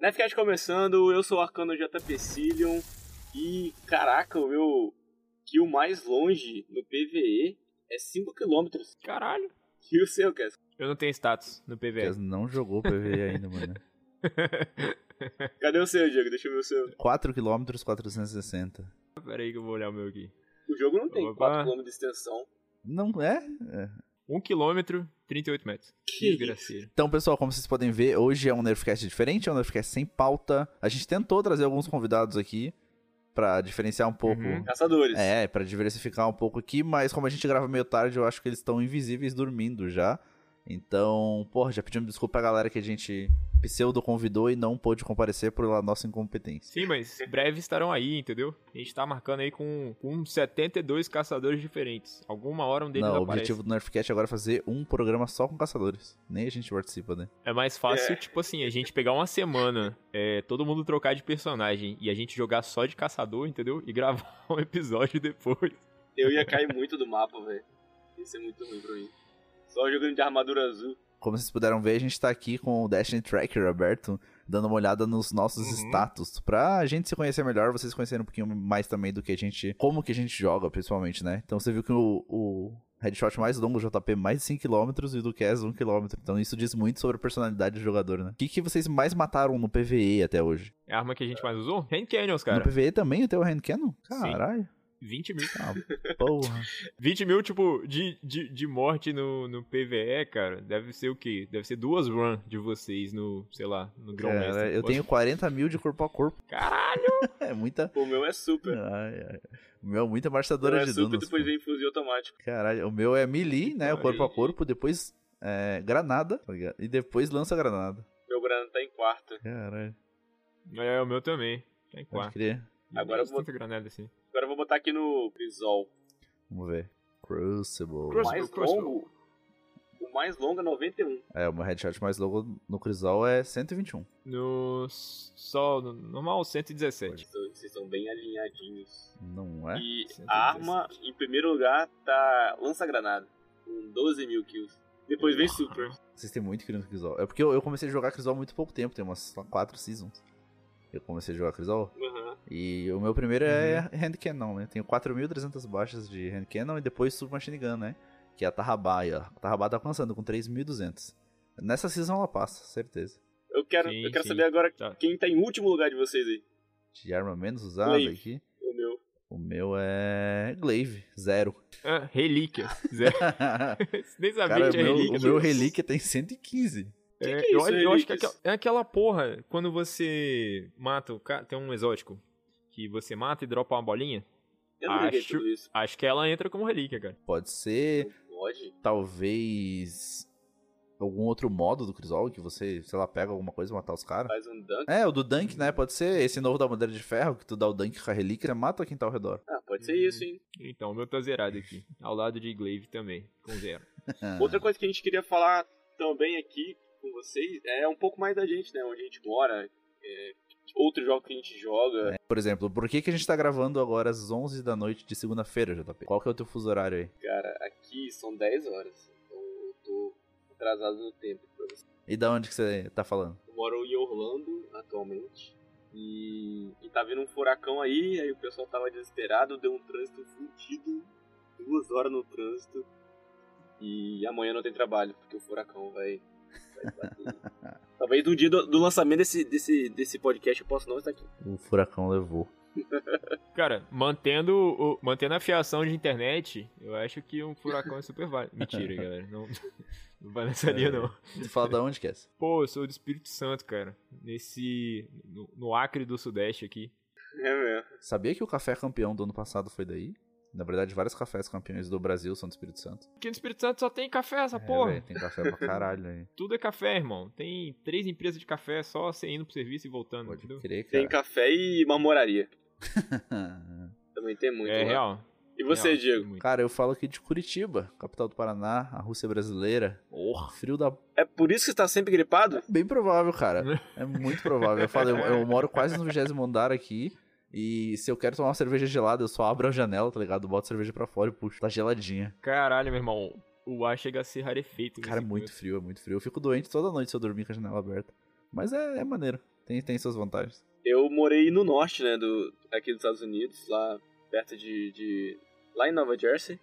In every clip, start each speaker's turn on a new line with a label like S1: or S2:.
S1: Nefcast começando, eu sou o Arcano JP Cillion e caraca, o meu kill mais longe no PVE é 5km.
S2: Caralho.
S1: E o seu, Cass?
S2: Eu não tenho status no PVE.
S3: Lucas não jogou PVE ainda, mano.
S1: Cadê o seu, Diego? Deixa eu ver o seu.
S3: 4km, 460.
S2: Pera aí que eu vou olhar o meu aqui.
S1: O jogo não tem
S2: Opa.
S1: 4km de extensão.
S3: Não é? É.
S2: 1 km, 38 metros.
S1: Que
S2: Desgraceiro.
S3: Então, pessoal, como vocês podem ver, hoje é um Nerfcast diferente, é um Nerfcast sem pauta. A gente tentou trazer alguns convidados aqui pra diferenciar um pouco.
S2: Uhum.
S1: Caçadores.
S3: É, pra diversificar um pouco aqui, mas como a gente grava meio tarde, eu acho que eles estão invisíveis dormindo já. Então, porra, já pedimos desculpa à galera que a gente pseudo convidou e não pôde comparecer por lá nossa incompetência.
S2: Sim, mas breve estarão aí, entendeu? A gente tá marcando aí com, com 72 caçadores diferentes. Alguma hora um deles
S3: não, o
S2: aparece.
S3: objetivo do Nerfcast agora é fazer um programa só com caçadores. Nem a gente participa, né?
S2: É mais fácil,
S1: É.
S2: tipo assim, a gente pegar uma semana, é, todo mundo trocar de personagem e a gente jogar só de caçador, entendeu? E gravar um episódio depois.
S1: Eu ia cair muito do mapa, velho. Isso é muito ruim pra mim. Só jogando de armadura azul.
S3: Como vocês puderam ver, a gente tá aqui com o Destiny Tracker aberto, dando uma olhada nos nossos
S2: Uhum.
S3: status, pra gente se conhecer melhor, vocês conhecerem um pouquinho mais também do que a gente, como que a gente joga, principalmente, né? Então você viu que o, o headshot mais longo, o JP, mais de 5km e o do Cass 1km. Então isso diz muito sobre a personalidade do jogador, né? O que, que vocês mais mataram no PVE até hoje?
S2: É a arma que a gente mais usou? Hand Canyons,
S3: No
S2: cara.
S3: PVE também tem o Hand Cannon? Caralho,
S2: 20 mil.
S3: tá porra.
S2: 20 mil, tipo, de, de, de morte no, no PVE, cara, deve ser o quê? Deve ser duas run de vocês no, sei lá, no Grão
S3: Cara, É, eu tenho 40 mil de corpo a corpo.
S2: Caralho!
S3: É muita...
S1: O meu é super.
S3: Ai, ai. Meu, muita
S1: O meu
S3: marchadora
S1: é
S3: de assim.
S1: super,
S3: danos. pô.
S1: depois vem fuzil automático.
S3: Caralho, o meu é melee, né?
S2: Olha
S3: Corpo a
S2: aí.
S3: corpo, depois é, granada, tá ligado? E depois lança granada.
S1: Meu grana tá em quarta.
S3: Caralho,
S2: É, o meu também. Tá em
S3: pode
S2: quarto.
S3: crer.
S1: Agora eu vou-
S2: tanta granada assim.
S1: Agora eu vou botar aqui no Crisol.
S3: Vamos ver. Crucible.
S2: Crucible.
S1: O mais
S2: Crossbow.
S1: longo. O mais longo é 91.
S3: É, o meu headshot mais longo no Crisol é 121.
S2: No. Só. No normal, 117.
S1: Tipo, Vocês estão bem alinhadinhos.
S3: Não é?
S1: E
S2: 117.
S1: a arma, em primeiro lugar, tá lança-granada. Com 12 mil kills. Depois vem super.
S3: Vocês têm muito crime no Crisol. É porque eu, eu comecei a jogar Crisol há muito pouco tempo, tem umas 4 seasons. Eu comecei a jogar Crisol.
S1: Aham.
S3: E o meu primeiro é Hand Cannon, né? Tenho 4.300 baixas de Hand Cannon e depois Submachine Gun, né? Que é a Tarrabá. aí, ó. A Tarrabá tá alcançando com 3.200. Nessa season ela passa, certeza.
S1: Eu quero,
S2: Sim,
S1: eu quero
S2: sim.
S1: saber agora
S2: Tá.
S1: quem tá em último lugar de vocês aí.
S3: de arma menos usada
S1: Glaive.
S3: aqui.
S1: O meu.
S3: O meu é Glaive, zero.
S2: Ah, relíquia. Zero. Nem sabia
S3: Cara,
S2: que
S3: o
S2: tinha
S3: meu,
S2: é relíquia.
S3: o meu relíquia tem 115.
S1: Que
S2: É,
S1: que é isso,
S2: eu, eu acho que é
S1: relíquias?
S2: aquela, é aquela porra, quando você mata o cara, tem um exótico, que você mata e dropa uma bolinha,
S1: Eu não liguei
S2: Acho-
S1: tudo isso.
S2: acho que ela entra como relíquia, cara.
S3: Pode ser,
S1: Pode?
S3: talvez, algum outro modo do Crisol que você, sei lá, pega alguma coisa e matar os caras.
S1: Faz um dunk?
S3: É, o do Dunk, né? Pode ser esse novo da Bandeira de Ferro, que tu dá o Dunk com a relíquia e mata quem tá ao redor.
S1: Ah, pode ser isso, hein?
S2: Então, o meu tá zerado aqui, ao lado de Glaive também, com zero. Ah.
S1: Outra coisa que a gente queria falar também aqui com vocês é um pouco mais da gente, né? Onde a gente mora, é, outro jogo que a gente joga.
S3: É, Por exemplo, por que, que a gente tá gravando agora às 11 da noite de segunda-feira, JP? Qual que é o teu fuso horário aí?
S1: Cara, aqui são 10 horas. Então eu tô atrasado no tempo pra você.
S3: E da onde que você tá falando?
S1: Eu moro em Orlando atualmente. E, e tá vindo um furacão aí, aí o pessoal tava desesperado, deu um trânsito fudido, duas horas no trânsito. E amanhã não tem trabalho, porque o furacão vai. vai bater. Talvez no dia do, do lançamento desse, desse, desse podcast eu possa não estar aqui.
S3: O furacão levou.
S2: Cara, mantendo, o- mantendo a fiação de internet, eu acho que um furacão é super válido. Mentira, galera, não, não vai nessa linha, não.
S3: Tu fala da onde que é?
S2: Pô, eu sou do Espírito Santo, cara, nesse, no, no Acre do Sudeste aqui.
S1: É mesmo.
S3: Sabia que o café campeão do ano passado foi daí? Na verdade, vários cafés campeões do Brasil são do Espírito Santo.
S2: Porque no Espírito Santo só tem café, essa
S3: É,
S2: Ah, porra.
S3: véi, tem café pra caralho aí.
S2: Tudo é café, irmão. Tem três empresas de café só você indo pro serviço e voltando.
S3: Pode
S2: entendeu?
S3: crer,
S1: Tem
S3: cara.
S1: café e marmoraria. Também tem muito.
S2: É
S1: lá.
S2: real.
S1: E você,
S2: real,
S1: Diego?
S2: muito.
S3: cara, eu falo aqui de Curitiba, capital do Paraná, a Rússia brasileira. Frio da.
S1: É por isso que você tá sempre gripado?
S3: Bem provável, cara. É muito provável. Eu falo, eu, eu moro quase no 20 andar aqui. E se eu quero tomar uma cerveja gelada, eu só abro a janela, tá ligado? Boto a cerveja pra fora e puxo. Tá geladinha.
S2: Caralho, meu irmão. O ar chega a ser rarefeito.
S3: Cara, é
S2: nesse
S3: muito frio, é muito frio. Eu fico doente toda noite se eu dormir com a janela aberta. Mas é, é maneiro. Tem, tem suas vantagens.
S1: Eu morei no norte, né, do, aqui dos Estados Unidos, lá perto de, de- lá em Nova Jersey.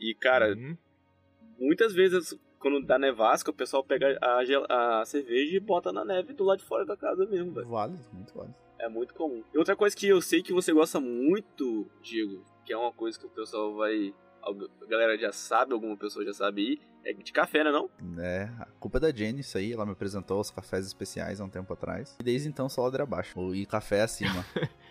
S1: E, cara,
S2: Uhum.
S1: muitas vezes, quando dá nevasca, o pessoal pega a, gel- a cerveja e bota na neve do lado de fora da casa mesmo, velho.
S3: Válido, muito válido.
S1: É muito comum. E outra coisa que eu sei que você gosta muito, Diego, que é uma coisa que o pessoal vai... A galera já sabe, alguma pessoa já sabe aí, é de café, né, não?
S3: É, a culpa é da Jenny, isso aí. Ela me apresentou os cafés especiais há um tempo atrás. E desde então, só ladeira abaixo. O- E café acima.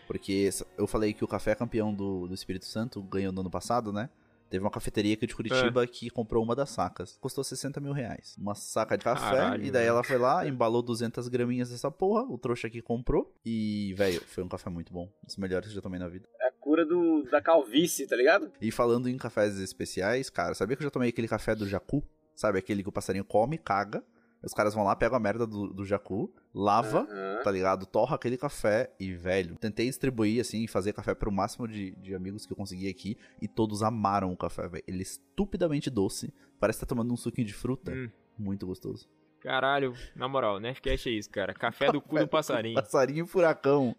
S3: Porque s- eu falei que o café é campeão do, do Espírito Santo ganhou no ano passado, né? Teve uma cafeteria aqui de
S2: É.
S3: Curitiba que comprou uma das sacas. Custou 60 mil reais. Uma saca de café.
S2: Caralho,
S3: e daí
S2: velho.
S3: ela foi lá, embalou 200 graminhas dessa porra. O trouxa aqui comprou. E, velho, foi um café muito bom. Um dos melhores que eu já tomei na vida.
S1: É a cura do, da calvície, tá ligado?
S3: E falando em cafés especiais, cara, sabia que eu já tomei aquele café do jacu? Sabe, aquele que o passarinho come, caga. Os caras vão lá, pegam a merda do, do jacu, lava,
S1: Aham.
S3: tá ligado? Torra aquele café e, velho, tentei distribuir, assim, fazer café pro máximo de, de amigos que eu consegui aqui. E todos amaram o café, velho. Ele é estupidamente doce. Parece que tá tomando um suquinho de fruta.
S2: Hum.
S3: Muito gostoso.
S2: Caralho, na moral, Nerdcast é isso, cara. Café do cu do passarinho.
S3: Passarinho furacão.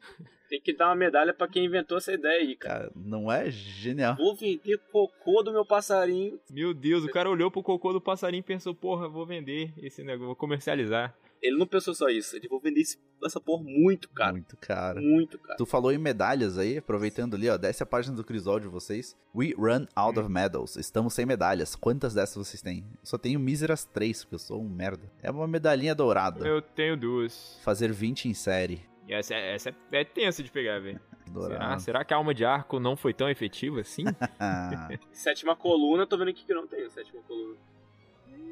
S1: Tem que dar uma medalha pra quem inventou essa ideia aí, cara.
S3: Cara, não é genial?
S1: Vou vender cocô do meu passarinho.
S2: Meu Deus, o cara olhou pro cocô do passarinho e pensou, porra, vou vender esse negócio, vou comercializar.
S1: Ele não pensou só isso. Ele vou vender esse- essa porra muito, cara.
S3: Muito, cara.
S1: Muito, cara.
S3: Tu falou em medalhas aí, aproveitando ali, ó, desce a página do Crisol de vocês. We run out of medals. Estamos sem medalhas. Quantas dessas vocês têm? Só tenho míseras três, porque eu sou um merda. É uma medalhinha dourada.
S2: Eu tenho duas.
S3: Fazer 20 em série.
S2: E essa, é- essa é, é tensa de pegar, velho. Será?
S3: Dourada.
S2: Será que a alma de arco não foi tão efetiva assim?
S3: Ah.
S1: Sétima coluna, tô vendo aqui que não tem sétima coluna.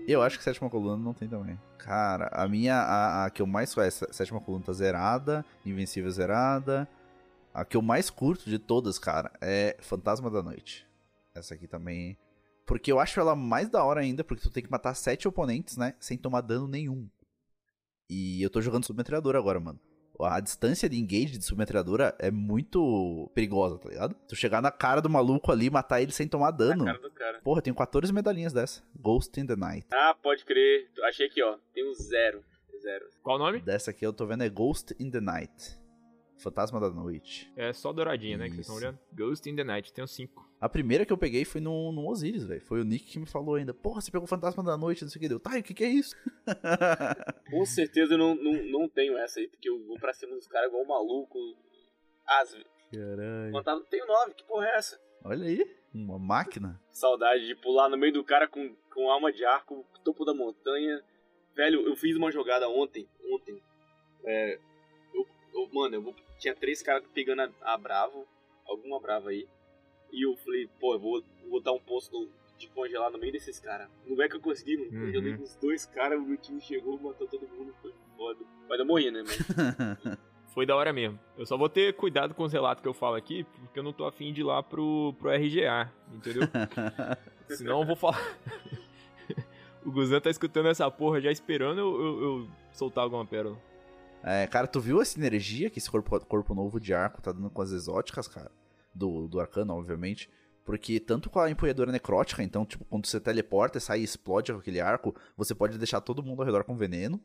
S3: eu acho que sétima coluna não tem também. Cara, a minha, a, a que eu mais conheço, é sétima coluna tá zerada, invencível zerada. A que eu mais curto de todas, cara, é Fantasma da Noite. Essa aqui também. Porque eu acho ela mais da hora ainda, porque tu tem que matar sete oponentes, né? Sem tomar dano nenhum. E eu tô jogando submetralhadora agora, mano. A distância de engage de submetralhadora é muito perigosa, tá ligado? Tu chegar na cara do maluco ali, matar ele sem tomar dano.
S1: Cara do cara.
S3: Porra, eu tenho 14 medalhinhas dessa. Ghost in the Night.
S1: Ah, pode crer. Achei aqui, ó. Tem um zero. Zero.
S2: Qual o nome?
S3: Dessa aqui eu tô vendo é Ghost in the Night. Fantasma da Noite.
S2: É só douradinha, né? Que vocês
S3: Isso.
S2: estão olhando. Ghost in the Night, tenho cinco.
S3: A primeira que eu peguei foi no, no Osiris, velho. Foi o Nick que me falou ainda. Porra, você pegou Fantasma da Noite, não sei o que deu. Tá, e o que que é isso?
S1: Com certeza eu não, não, não tenho essa aí, porque eu vou pra cima dos caras igual um maluco. Às vezes.
S3: Caralho.
S1: Contado, tenho nove. Que porra é essa?
S3: Olha aí. Uma máquina.
S1: Saudade de pular no meio do cara com, com alma de arco, topo da montanha. Velho, eu fiz uma jogada ontem. Ontem. É, eu, eu- mano, eu vou- tinha três caras pegando a, a Bravo, alguma Brava aí. E eu falei, pô, eu vou botar um posto de congelar no meio desses caras. Não é que eu consegui, mano.
S2: Uhum.
S1: Congelei com os dois caras, o meu time chegou, matou todo mundo, foi foda. Mas eu morri, né, mano?
S2: Foi da hora mesmo. Eu só vou ter cuidado com os relatos que eu falo aqui, porque eu não tô afim de ir lá pro, pro RGA, entendeu? Senão eu vou falar. o Guzan tá escutando essa porra já esperando eu, eu- eu soltar alguma pérola.
S3: é, cara, tu viu a sinergia que esse corpo, corpo novo de arco tá dando com as exóticas, cara? Do, do arcano, obviamente. Porque tanto com a empunhadora necrótica, então, tipo, quando você teleporta e sai e explode com aquele arco, você pode deixar todo mundo ao redor com veneno.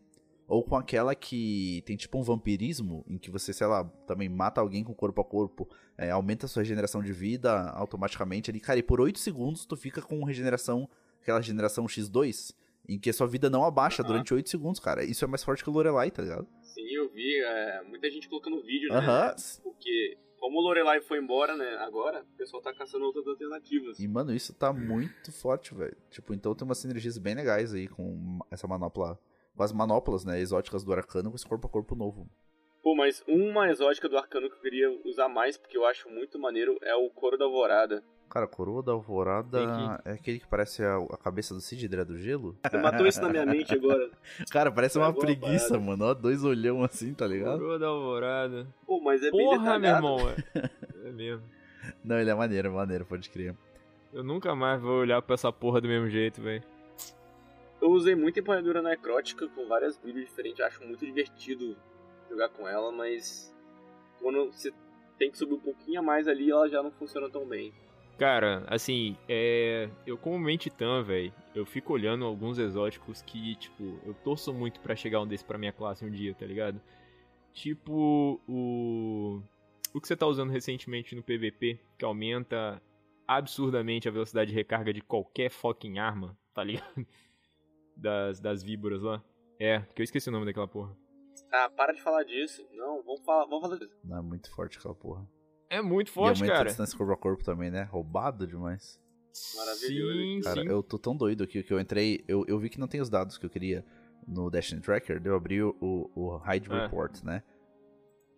S3: Ou com aquela que tem tipo um vampirismo, em que você, sei lá, também mata alguém com corpo a corpo, é, aumenta a sua regeneração de vida automaticamente ali. Cara, e por 8 segundos tu fica com regeneração, aquela regeneração X2, em que a sua vida não abaixa
S1: Aham.
S3: durante 8 segundos, cara. Isso é mais forte que o Lorelai, tá ligado?
S1: Sim, eu vi é, muita gente colocando vídeo, né?
S3: Aham.
S1: Porque como o Lorelai foi embora, né, agora, o pessoal tá caçando outras alternativas.
S3: E, mano, isso tá muito forte, velho. Tipo, então tem umas sinergias bem legais aí com essa manopla. Com as manoplas, né, exóticas do Arcano com esse corpo a corpo novo.
S1: Pô, mas uma exótica do arcano que eu queria usar mais, porque eu acho muito maneiro, é o couro da alvorada.
S3: Cara, a coroa da alvorada é aquele que parece a, a cabeça do Cid, né, do gelo?
S1: Você matou isso na minha mente agora.
S3: Cara, parece
S1: Foi
S3: uma
S1: boa
S3: preguiça,
S1: parada.
S3: mano. Ó, dois olhão assim, tá ligado?
S2: Coroa da Alvorada.
S1: Pô, mas é bem
S2: porra, meu
S1: detalhado.
S2: irmão. É, é mesmo.
S3: Não, ele é maneiro, é maneiro, pode crer.
S2: Eu nunca mais vou olhar pra essa porra do mesmo jeito, velho.
S1: Eu usei muita empanhadura necrótica com várias builds diferentes, acho muito divertido jogar com ela, mas quando você tem que subir um pouquinho a mais ali, ela já não funciona tão bem.
S2: Cara, assim, é... eu como main titã, velho, eu fico olhando alguns exóticos que, tipo, eu torço muito pra chegar um desses pra minha classe um dia, tá ligado? Tipo o. O que você tá usando recentemente no PVP, que aumenta absurdamente a velocidade de recarga de qualquer fucking arma, tá ligado? Das, das víboras lá. É, que eu esqueci o nome daquela porra.
S1: Ah, para de falar disso. Não, vamos falar, vamos falar disso.
S3: Não, é muito forte aquela porra.
S2: É muito
S3: e
S2: forte,
S3: aumenta a
S2: cara.
S3: distância corpo a corpo também, né? Roubado demais.
S1: Maravilhoso,
S2: Sim,
S3: Cara,
S2: sim.
S3: eu tô tão doido aqui que eu entrei. Eu, eu vi que não tem os dados que eu queria no Destiny Tracker. daí Eu abri o, o, o Raid
S2: Ah.
S3: Report, né?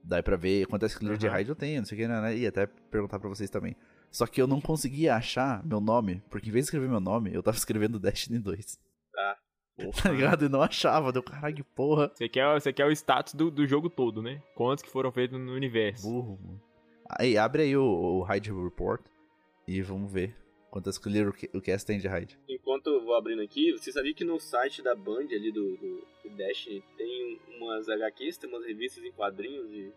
S3: Daí pra ver quantas clear de
S2: Aham.
S3: raid eu tenho, não sei o que, né, né? E até perguntar pra vocês também. Só que eu não conseguia achar meu nome, porque em vez de escrever meu nome, eu tava escrevendo Destiny 2.
S1: Tá.
S2: Ah.
S3: Tá ligado? E não achava, deu caralho, que porra.
S2: Você quer, você quer o status do, do jogo todo, né? Quantos que foram feitos no universo.
S3: Burro, mano. Aí, abre aí o, o Raid Report e vamos ver quantas clear o que- o que tem de raid.
S1: Enquanto eu vou abrindo aqui, você sabia que no site da Band ali do, do, do Destiny tem umas HQs, tem umas revistas em quadrinhos e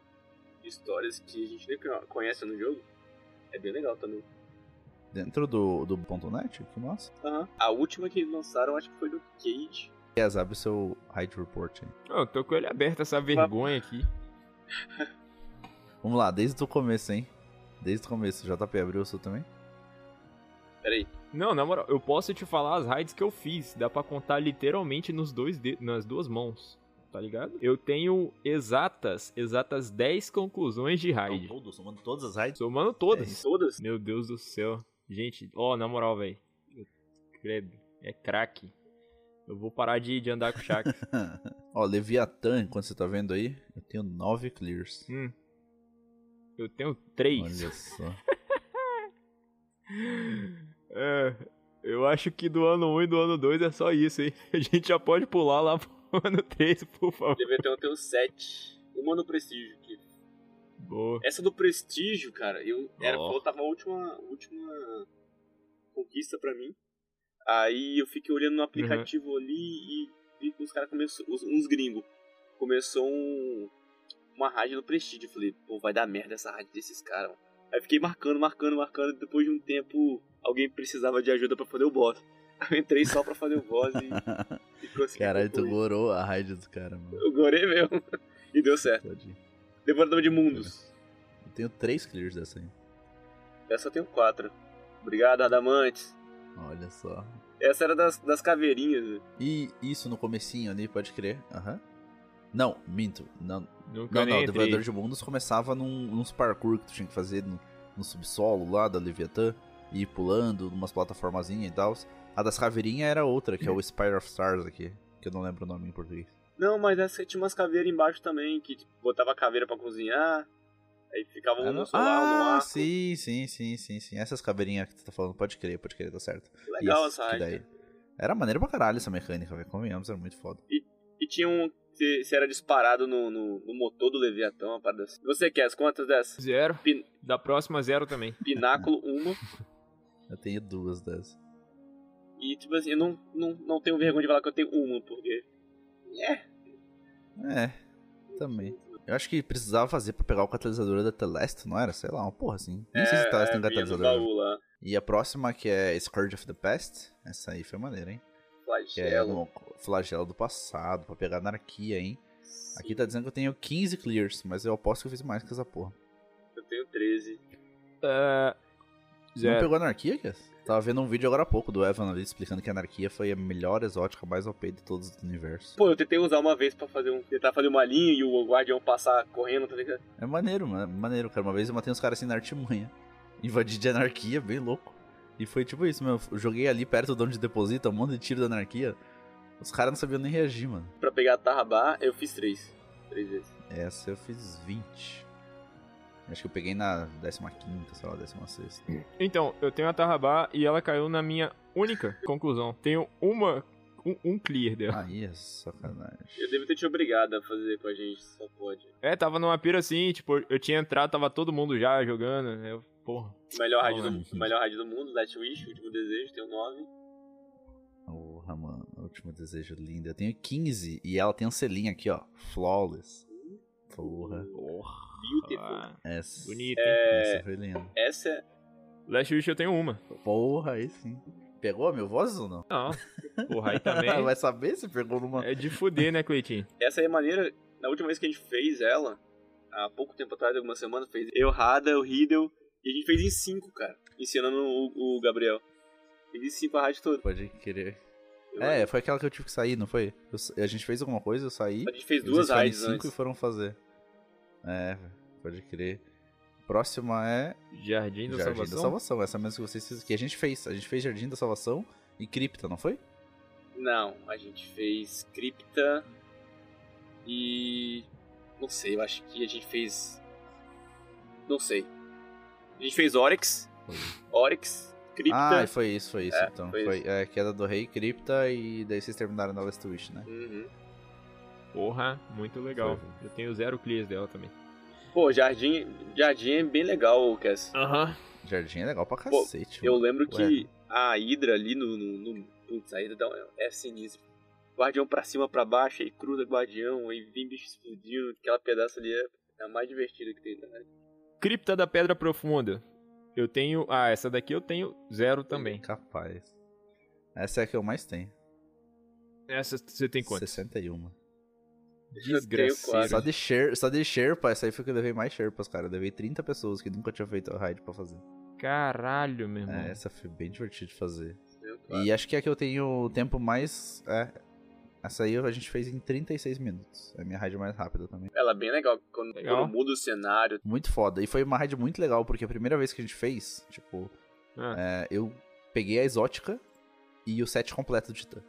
S1: histórias que a gente nem conhece no jogo? É bem legal também.
S3: Dentro do, do ponto .net? Que massa.
S1: Aham. A última que eles lançaram acho que foi do Cage.
S3: Yes, abre o seu Hide Report aí.
S2: Não, eu tô com ele aberto, essa vergonha aqui.
S3: Vamos lá, desde o começo, hein? Desde o começo. JP abriu o seu também?
S1: Peraí.
S2: Não, na moral, eu posso te falar as raids que eu fiz. Dá pra contar literalmente nos dois de... nas duas mãos. Tá ligado? Eu tenho exatas, exatas 10 conclusões de raid.
S3: todos, somando todas as raids.
S2: Somando todas.
S1: Todas?
S2: Meu Deus do céu. Gente, ó, na moral, velho. Credo. É craque. Eu vou parar de, de andar com o Shaq.
S3: Ó, Leviatã, enquanto você tá vendo aí, eu tenho nove clears.
S2: hum. Eu tenho três.
S3: Olha só.
S2: É, eu acho que do ano 1 e do ano 2 é só isso, hein? A gente já pode pular lá pro ano 3, por favor.
S1: Leviathan tem uns 7. Uma no Prestígio. Que...
S2: Boa.
S1: Essa do Prestígio, cara, eu era
S2: Ó.
S1: faltava a última, última conquista pra mim. Aí eu fiquei olhando no
S3: Uhum.
S1: aplicativo ali e vi que os caras começou os- uns gringos. Começou um, uma rádio no Prestígio. Eu falei, pô, vai dar merda essa rádio desses caras. mano. Aí eu fiquei marcando, marcando, marcando. Depois de um tempo, alguém precisava de ajuda pra fazer o boss. Aí eu entrei só pra fazer o boss e, e consegui.
S3: Caralho, tu
S1: concluir.
S3: gorou a raid do cara, mano.
S1: Eu gorei mesmo. E deu certo.
S3: Tadinho.
S1: Devorador de Mundos.
S3: Eu tenho três clears dessa aí.
S1: Essa eu tenho quatro. Obrigado, Adamantes.
S3: Olha só.
S1: Essa era das, das caveirinhas. né?
S3: E isso no comecinho ali, pode crer. Aham. Não, minto. Não,
S2: Nunca
S3: Não, não,
S2: nem
S3: o
S2: entrei.
S3: Devorador de Mundos começava num, nos parkour que tu tinha que fazer no, no subsolo lá da Leviatã, e ir pulando, numas plataformazinhas e tal. A das caveirinhas era outra, que é o Spire of Stars aqui, que eu não lembro o nome em português.
S1: Não, mas essa tinha umas caveiras embaixo também, que tipo, botava a caveira pra cozinhar, aí ficava um no solar, no
S3: ah,
S1: ar.
S3: sim, sim, sim, sim, sim. Essas caveirinhas que tu tá falando, pode crer, pode crer, tá certo.
S1: Legal
S3: Isso,
S1: essa
S3: que
S1: arte.
S3: daí. Era maneiro pra caralho essa mecânica, velho. Convenhamos, era muito foda.
S1: E tinha um. Se, se era disparado no, no, no motor do Leviatão, uma parada assim. Você quer as quantas dessas?
S2: Zero.
S1: Pin-
S2: Da próxima, zero também.
S1: Pináculo, uma.
S3: Eu tenho duas dessas.
S1: E tipo assim, eu não, não, não tenho vergonha de falar que eu tenho uma, porque. É.
S3: É, também. Eu acho que precisava fazer pra pegar o catalisador da Telesto, não era? Sei lá, uma porra assim. Nem sei se
S1: é,
S3: Telesto tem né?
S1: é, vinha do
S3: catalisador.
S1: baú lá.
S3: E a próxima que é Scourge of the Past, essa aí foi maneira, hein? Que é
S1: Flagelo.
S3: um flagelo do passado, pra pegar anarquia, hein? Aqui tá dizendo que eu tenho 15 clears, mas eu aposto que eu fiz mais que essa porra.
S1: Eu tenho 13.
S2: É,
S3: Você não
S2: Zero.
S3: pegou anarquia, Cass? Tava vendo um vídeo agora há pouco do Evan ali explicando que a anarquia foi a melhor exótica mais OP de todos do universo.
S1: Pô, eu tentei usar uma vez pra fazer um. Tentar fazer uma linha e o guardião passar correndo, tá ligado?
S3: É maneiro, mano. É maneiro, cara. Uma vez eu matei uns caras assim na artimanha. Invadi de anarquia, bem louco. E foi tipo isso, meu. Eu joguei ali perto de onde deposita um monte de tiro da anarquia. Os caras não sabiam nem reagir, mano.
S1: Pra pegar a Tarrabá, eu fiz três. Três vezes.
S3: Essa eu fiz 20. Acho que eu peguei na 15, sei lá, 16.
S2: Então, eu tenho a Tarrabá e ela caiu na minha única conclusão. Tenho uma. Um, um clear dela.
S3: Aí é sacanagem.
S1: Eu devo ter te obrigado a fazer com a gente, só pode.
S2: É, tava numa pira assim, tipo, eu tinha entrado, tava todo mundo já jogando. né? Eu, porra.
S1: Melhor rádio,
S2: Olha.
S1: do, melhor rádio do mundo, Last Wish, Último Desejo, tem o nove.
S3: Porra, mano. Último desejo lindo. Eu tenho 15 e ela tem um selinho aqui, ó. Flawless. Porra. É.
S1: Beautiful. É,
S3: Essa,
S2: Bonita, hein?
S3: essa foi linda.
S1: Essa
S2: Last Wish eu tenho uma.
S3: Porra, aí sim. Pegou meu voz ou não?
S2: Não. Porra, aí também.
S3: Vai saber se pegou numa.
S1: É.
S2: É de fuder, né, Cleitinho?
S1: essa é a maneira Na última vez que a gente fez ela, há pouco tempo atrás, algumas semanas, fez eu, Rada, o Riddle, e a gente fez em cinco, cara, ensinando o, o Gabriel. Fez em cinco a rádio toda.
S3: Pode querer.
S1: Eu-
S3: É, foi aquela que eu tive que sair, não foi? Eu sa- a gente fez alguma coisa, eu saí.
S1: a gente fez
S3: Vocês
S1: duas
S3: ficaram em
S1: rádios
S3: cinco
S1: antes.
S3: e foram fazer. É, pode crer. Próxima é
S2: Jardim da
S3: Jardim da
S2: Salvação.
S3: Salvação. Essa mesmo que vocês fizeram, que a gente fez. A gente fez Jardim da Salvação e Cripta, não foi?
S1: Não, a gente fez Cripta e. Não sei, eu acho que a gente fez. Não sei. A gente fez Oryx. Oryx, Cripta.
S3: Ah, foi isso, foi isso.
S1: É,
S3: então,
S1: foi
S3: foi, é, Queda do Rei, Cripta e daí vocês terminaram na Last Wish, né?
S1: Uhum.
S2: Porra, muito legal. Eu tenho zero clears dela também.
S1: Pô, Jardim, Jardim é bem legal, Cass.
S2: Aham.
S3: Jardim é legal pra
S1: Pô,
S3: cacete.
S1: Eu
S3: mano.
S1: lembro que a Hydra ali no. no, no putz, a Hydra dá um- é sinistra. Guardião pra cima, pra baixo, aí cruza guardião, aí vem bicho explodindo, aquela pedaço ali é, é a mais divertida que tem, né?
S2: Cripta da Pedra Profunda. Eu tenho. Ah, essa daqui eu tenho zero também.
S3: Capaz. Essa é a que eu mais tenho.
S2: Essa você tem quanto?
S3: 61.
S1: Claro.
S3: Só
S2: Desgraceira.
S3: de, Sher- só de Sherpa, essa aí foi que eu levei mais Sherpas, cara. Eu levei 30 pessoas que nunca tinha feito a raid pra fazer.
S2: Caralho, meu irmão.
S3: É, essa foi bem divertida de fazer.
S1: Eu, claro.
S3: E acho que é a que eu tenho o tempo mais. É, essa aí a gente fez em 36 minutos. É a minha raid mais rápida também.
S1: Ela é bem legal, quando,
S2: Legal.
S1: quando muda o cenário,
S3: Muito foda. E foi uma raid muito legal, porque a primeira vez que a gente fez, tipo,
S2: Ah.
S3: é, eu peguei a exótica e o set completo do Titã.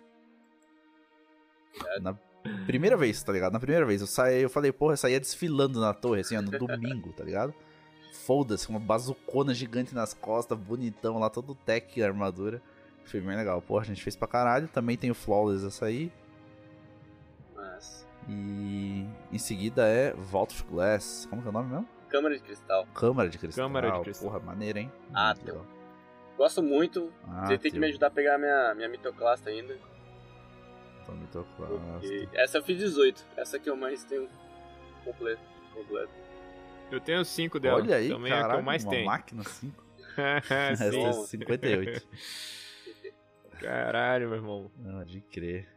S3: Na primeira vez, tá ligado? Na primeira vez. Eu saí, eu falei, porra, eu saía desfilando na torre, assim, ó, no domingo, tá ligado? Foda-se, uma bazucona gigante nas costas, bonitão lá, todo tech, armadura. Foi bem legal. Porra, a gente fez pra caralho. Também tem o Flawless essa aí.
S1: mas.
S3: E em seguida é Vault of Glass. Como que é o nome mesmo?
S1: Câmara de cristal.
S3: Câmara de Cristal.
S2: Câmara de Cristal.
S3: Porra, maneiro, hein?
S1: Ah,
S3: Muito
S1: teu.
S3: legal.
S1: Gosto muito.
S3: Ah,
S1: Você tem que
S3: teu.
S1: me ajudar a pegar minha, minha mitoclasta ainda.
S3: Tô me tocando.
S1: Porque essa eu fiz 18. Essa que eu mais tenho completo. completo.
S2: Eu tenho cinco dela.
S3: Olha aí,
S2: também é a que eu
S3: caralho,
S2: mais
S3: uma
S2: tenho.
S3: máquina 5. Essa
S2: Sim.
S3: é 58.
S2: Caralho, meu irmão.
S3: Não, de crer.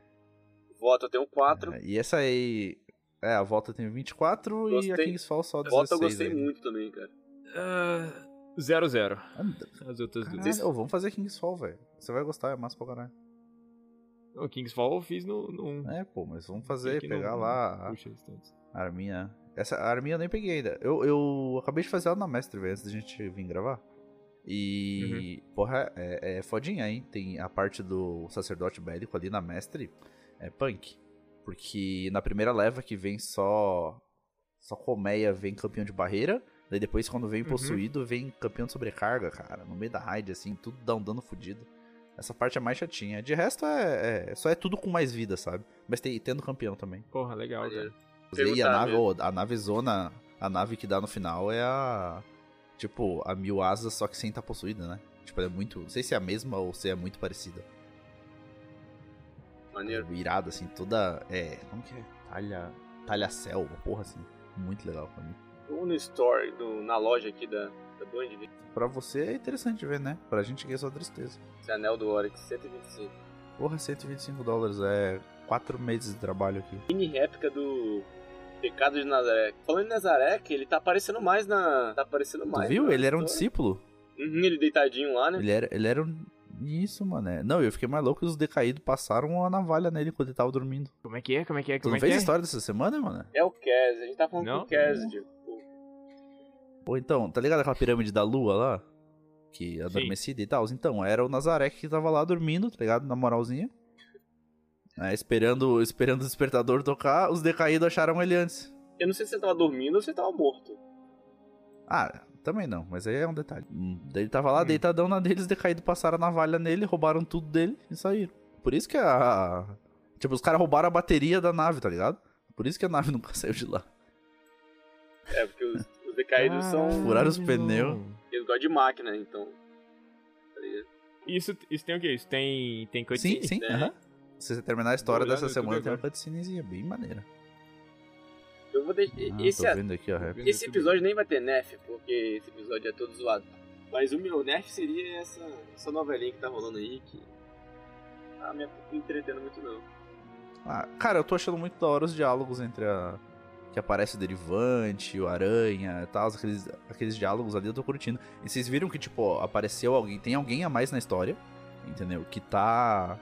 S1: Voto eu tenho 4.
S3: É, E essa aí... É, a volta tem 24 e a
S1: Gostei.
S3: Kings Fall só 16.
S1: Voto eu gostei
S3: ainda.
S1: muito também, cara.
S2: Ah, Zero, zero.
S3: Anda,
S2: As outras duas.
S3: Ah, Caralho, ô, vamos fazer Kings Fall, velho. Você vai gostar, é massa pra caralho.
S2: Não, Kingsfall eu fiz no, no um.
S3: É, pô, mas vamos
S2: Tem
S3: fazer,
S2: que
S3: pegar
S2: não-
S3: lá a
S2: Puxa, isso antes.
S3: Arminha. Essa a Arminha eu nem peguei ainda. Eu, eu acabei de fazer ela na Mestre, velho, antes da gente vir gravar. E, porra, é, é fodinha, hein? Tem a parte do sacerdote bélico ali na Mestre, é punk. Porque na primeira leva que vem só. Só colmeia vem campeão de barreira. Daí depois, quando vem
S2: Uhum.
S3: possuído, vem campeão de sobrecarga, cara. No meio da raid, assim, tudo dá um dano fudido. Essa parte é mais chatinha. De resto, é, é- só é tudo com mais vida, sabe? Mas tem, tendo campeão também.
S2: Porra, legal,
S1: Maneiro.
S2: cara.
S3: E
S1: Perguntar
S3: a nave,
S1: mesmo.
S3: ô, a nave zona, a nave que dá no final é a. Tipo, a mil asas, só que sem estar possuída, né? Tipo, ela é muito. Não sei se é a mesma ou se é muito parecida.
S1: Maneiro.
S3: Irada, assim, toda. É. Como que é? Talha. Talha selva, porra assim. Muito legal pra mim.
S1: Vou no store, do, na loja aqui da, da Band, né? ver
S3: Pra você é interessante ver, né? Pra gente aqui é só tristeza.
S1: esse anel do Oryx, 125.
S3: Porra, 125 dólares é. Quatro meses de trabalho aqui.
S1: Mini réplica do Pecado de Nazaré. Falando em Nazaré, que ele tá aparecendo mais na. Tá aparecendo mais.
S3: tu viu?
S1: na
S3: Ele era um
S1: história.
S3: discípulo.
S1: Uhum, ele deitadinho lá, né?
S3: Ele era, ele era um. Isso, mané. Não, eu fiquei mais louco que os decaídos passaram a navalha nele quando ele tava dormindo.
S2: Como é que é? Como é que é?
S3: Tu
S2: Como
S3: não
S2: é que
S3: fez
S2: é?
S3: a história dessa semana, mano?
S1: É o Cass, a gente tá falando
S2: Não?
S1: com o Cass, tipo.
S3: Ou então, tá ligado aquela pirâmide da lua lá? Que é adormecida e tal? Então, era o Nazaré que tava lá dormindo, tá ligado? Na moralzinha. Né, esperando, esperando o despertador tocar, os decaídos acharam ele antes.
S1: Eu não sei se você tava dormindo ou se você tava morto.
S3: Ah, também não, mas aí é um detalhe. Hum, daí Ele tava lá
S2: Hum.
S3: deitadão na dele, os decaídos passaram a navalha nele, roubaram tudo dele e saíram. Por isso que a. Tipo, os caras roubaram a bateria da nave, tá ligado? Por isso que a nave nunca saiu de lá.
S1: É, porque os, os
S3: Ah.
S1: decaídos são.
S3: Furaram os
S2: Caralho, irmão.
S1: Eles gostam de máquina, então. Tá ligado?
S2: Isso, isso tem o quê? Isso tem, tem cutscene?
S3: Sim, sim.
S1: né?
S3: aham. Se você terminar a história
S2: Vou olhar
S3: dessa
S2: no YouTube
S3: semana, tem uma
S2: agora.
S3: cutscenezinha bem maneira.
S1: Eu vou deixar.
S3: Ah,
S1: esse,
S2: é
S3: tô vendo aqui, ó.
S2: vendo.
S1: esse episódio nem vai ter nerf, porque esse episódio é todo zoado. Mas o meu nerf seria essa, essa novelinha que tá rolando aí, que. Tá me entretendo muito, não.
S3: Ah, cara, eu tô achando muito da hora os diálogos entre a, que aparece o derivante, o aranha e tal, aqueles, aqueles diálogos ali eu tô curtindo. E vocês viram que, tipo, ó, apareceu alguém, tem alguém a mais na história, entendeu? Que tá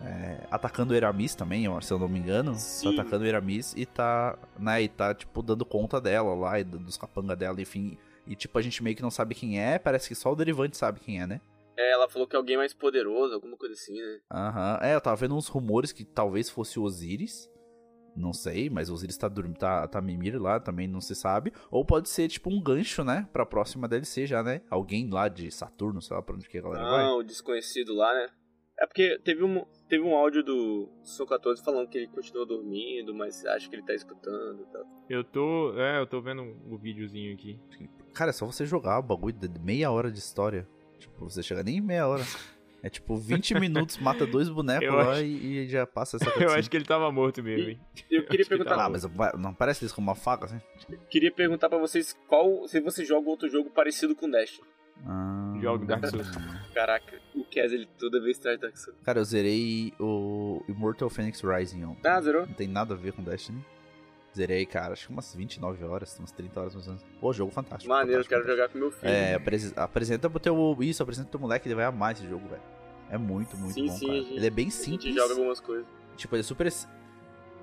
S3: é, atacando o Eramis também, ó, se eu não me engano.
S1: Sim.
S3: Tá atacando o Eramis e tá, né, e tá, tipo, dando conta dela lá, e do- dos capanga dela, enfim. E, tipo, a gente meio que não sabe quem é, parece que só o derivante sabe quem é, né?
S1: É, ela falou que é alguém mais poderoso, alguma coisa assim, né?
S3: Aham. É, eu tava vendo uns rumores que talvez fosse o Osiris. Não sei, mas o Osiris tá dormindo, tá, tá Mimir lá, também não se sabe. Ou pode ser, tipo, um gancho, né? Pra próxima DLC já, né? Alguém lá de Saturno, sei lá pra onde que a galera vai.
S1: Ah, o desconhecido lá, né? É porque teve um, teve um áudio do Sou 14 falando que ele continuou dormindo, mas acho que ele tá escutando e tal.
S2: Eu tô. É, eu tô vendo um videozinho aqui.
S3: Cara, é só você jogar o bagulho de meia hora de história. Tipo, você chega nem em meia hora. É tipo 20 minutos, mata dois bonecos
S2: Eu
S3: lá
S2: acho-
S3: e, e já passa essa
S2: Eu
S3: cutscene.
S2: acho que ele tava morto mesmo, hein?
S1: Eu queria
S2: acho que tá
S1: perguntar,
S3: Ah, mas não parece isso com uma faca, assim?
S1: queria perguntar pra vocês qual. Se você joga outro jogo parecido com Dash.
S3: Ah,
S2: Jogo Dark Souls.
S1: Caraca, o Kes, ele toda vez traz Dark Souls.
S3: Cara, eu zerei o Immortal Phoenix Rising ontem.
S1: Ah, zerou?
S3: Não tem nada a ver com Destiny. Zerei, cara, acho que umas 29 horas, umas 30 horas mais ou menos. Pô, jogo fantástico.
S1: Maneiro,
S3: fantástico,
S1: quero jogar com meu filho.
S3: É, apres- apresenta pro teu. Isso, apresenta pro teu moleque, ele vai amar esse jogo, velho. É muito, muito
S1: Sim,
S3: bom,
S1: sim,
S3: cara.
S1: a gente-
S3: ele é bem
S1: A
S3: simples.
S1: gente joga algumas coisas.
S3: Tipo, ele é super.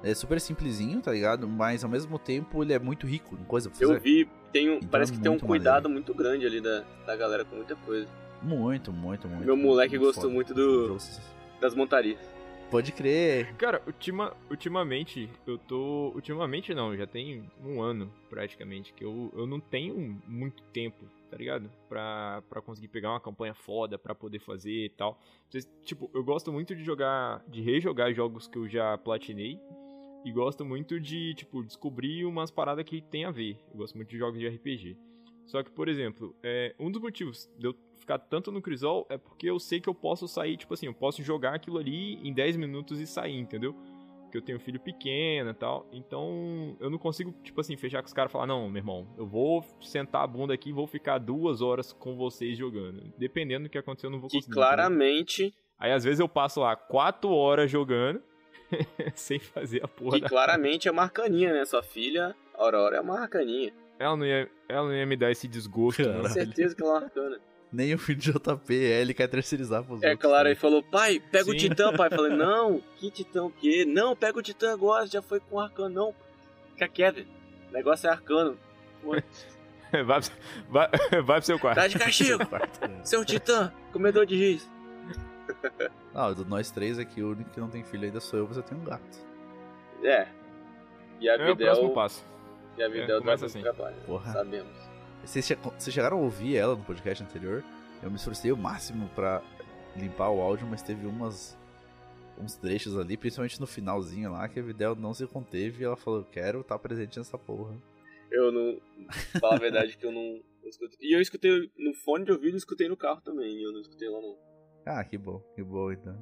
S3: Ele é super simplesinho, tá ligado? Mas ao mesmo tempo ele é muito rico em coisa pra fazer.
S1: Eu vi, tem, um-
S3: Então
S1: parece
S3: é
S1: que tem um
S3: muito
S1: cuidado muito grande ali da, da galera com muita coisa.
S3: Muito, muito, muito.
S1: Meu moleque gostou
S3: foda.
S1: muito do-
S3: Jogo-
S1: Das montarias.
S3: Pode crer.
S2: Cara, ultima, ultimamente, eu tô. Ultimamente não, já tem um ano praticamente, que eu, eu não tenho muito tempo, tá ligado? Pra, pra conseguir pegar uma campanha foda, pra poder fazer e tal. Vocês- Tipo, eu gosto muito de jogar. de rejogar jogos que eu já platinei. E gosto muito de, tipo, descobrir umas paradas que tem a ver. Eu gosto muito de jogos de RPG. Só que, por exemplo, é, um dos motivos de eu ficar tanto no Crisol é porque eu sei que eu posso sair, tipo assim, eu posso jogar aquilo ali em 10 minutos e sair, entendeu? Porque eu tenho filho pequeno e tal. Então, eu não consigo, tipo assim, fechar com os caras e falar, não, meu irmão, eu vou sentar a bunda aqui e vou ficar duas horas com vocês jogando. Dependendo do que acontecer, eu não vou
S1: Que
S2: conseguir. entendeu?
S1: claramente,
S2: Aí às vezes eu passo lá quatro horas jogando sem fazer a porra
S1: que
S2: da...
S1: claramente é marcaninha, né? Sua filha, Aurora, é uma marcaninha.
S2: Ela não ia, ela não ia me dar esse desgosto, não.
S1: Com certeza que ela é uma marcana.
S3: Nem o filho de JP, é, ele quer terceirizar pros
S1: É
S3: outros.
S1: claro,
S3: né?
S1: ele falou, pai, pega o
S2: Sim.
S1: Titã, pai. Eu falei, não, que Titã o quê? Não, pega o Titã agora, já foi com o Arcano, não. Fica quieto, o negócio é Arcano.
S2: Vai, pro- vai, vai pro seu quarto.
S1: Tá de castigo,
S3: Quarto, né?
S1: seu Titã, comedor de giz.
S3: Ah, de nós três aqui, o único que não tem filho ainda sou eu, mas eu tenho um gato.
S1: É, e a
S2: É o
S1: vida é
S2: próximo
S1: o,
S2: passo.
S1: e a vida é, o dragão
S2: começa assim.
S1: que trabalha, né?
S3: Porra.
S1: sabemos.
S3: Vocês, che- vocês chegaram a ouvir ela no podcast anterior? Eu me esforcei o máximo pra limpar o áudio, mas teve umas uns trechos ali, principalmente no finalzinho lá, que a Videl não se conteve e ela falou, quero estar presente nessa porra.
S1: Eu não. Fala a verdade que eu não não escuto. E eu escutei no fone de ouvido e escutei no carro também. E eu não escutei lá não.
S3: Ah, que bom, que bom então.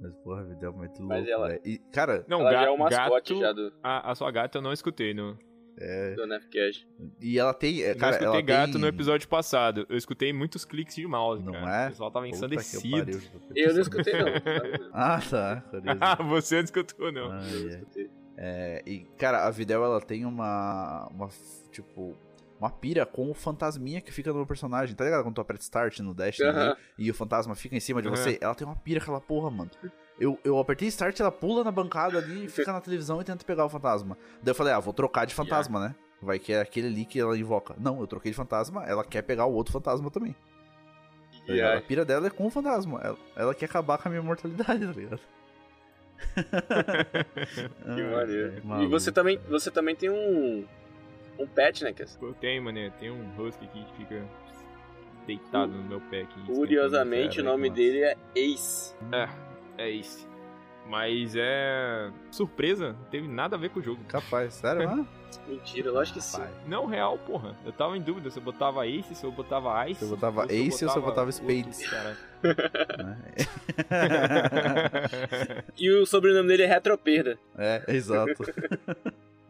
S3: Mas porra, a Videl é muito louco,
S1: Mas ela-
S3: velho. E, cara,
S2: Não,
S1: Ela
S2: ga-
S1: já é o mascote
S2: gato,
S1: já do,
S2: a, a sua gata eu não escutei, não.
S3: é...
S1: do NFCast.
S3: E ela tem... é,
S2: Eu
S3: cara,
S2: não
S3: ela
S2: escutei gato
S3: tem...
S2: no episódio passado. Eu escutei muitos cliques de mouse,
S3: Não
S2: cara.
S3: é?
S2: O pessoal tava
S3: Puta que
S2: ensandecido.
S3: pariu, JP.
S1: Eu não escutei não. sabe?
S3: Ah, tá, curioso.
S2: Ah, você não escutou, não.
S3: Ah,
S1: Eu não
S3: é.
S1: escutei.
S3: É, e, cara, a Videl, ela tem uma, uma, tipo, uma pira com o fantasminha que fica no personagem, tá ligado? Quando tu aperta start no dash, né?
S1: Aham.
S3: e o fantasma fica em cima de
S2: Aham.
S3: você, ela tem uma pira aquela porra, mano. Eu, eu apertei start, ela pula na bancada ali, fica na televisão e tenta pegar o fantasma. Daí eu falei, ah, vou trocar de fantasma, né? Vai que é aquele ali que ela invoca. Não, eu troquei de fantasma, ela quer pegar o outro fantasma também. tá
S1: E
S3: ligado?
S1: aí,
S3: A pira dela é com o fantasma. Ela, ela quer acabar com a minha mortalidade, tá ligado?
S1: que maneiro. E
S3: Maluco,
S1: você também, você também tem um. Um pet, né, Cass?
S2: Eu tenho, mané. Tem um husky aqui que fica deitado no meu pé aqui.
S1: Curiosamente, o
S3: cara,
S1: nome
S3: que
S1: dele é Ace.
S2: É isso. Mas é. Surpresa, não teve nada a ver com o jogo.
S3: Capaz, sério, mano?
S1: Mentira, lógico que sim.
S3: Capaz.
S2: Não, real, porra. Eu tava em dúvida se eu botava Ace, se eu botava Ice.
S3: Se eu botava
S2: eu
S3: Ace ou se eu botava Spades.
S2: outros, cara.
S3: Né?
S1: E o sobrenome dele é Retroperda.
S3: é, exato.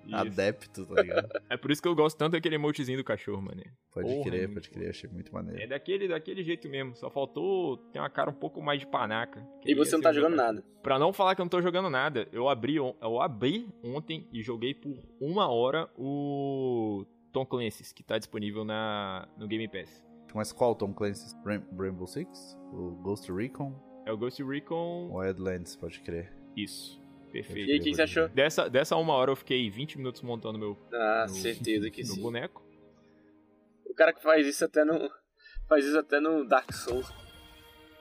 S2: Isso.
S3: Adepto, tá ligado?
S2: É por isso que eu gosto tanto daquele emotezinho do cachorro, mano.
S3: Pode
S2: Porra,
S3: crer,
S2: muito
S3: pode crer, achei muito
S2: É
S3: maneiro.
S2: daquele, daquele jeito mesmo. Só faltou ter uma cara um pouco mais de panaca.
S1: E você não tá
S2: é
S1: jogando nada.
S2: um Pra não falar que eu não tô jogando nada, eu abri, on- eu abri ontem e joguei por uma hora o Tom Clancy's, que tá disponível na, no Game Pass.
S3: Mas qual Tom Clancy's? Ram- Rainbow Six? O Ghost Recon?
S2: É o Ghost Recon.
S3: Wildlands, pode crer.
S2: Isso.
S3: Pode
S1: E aí,
S2: Perfeito.
S1: o que que você
S3: pode crer.
S1: achou?
S2: Dessa, dessa uma hora eu fiquei 20 minutos montando meu,
S1: Ah,
S2: meu-
S1: certeza que
S2: meu
S1: sim.
S2: boneco.
S1: O cara que faz isso até no. Faz isso até no Dark Souls.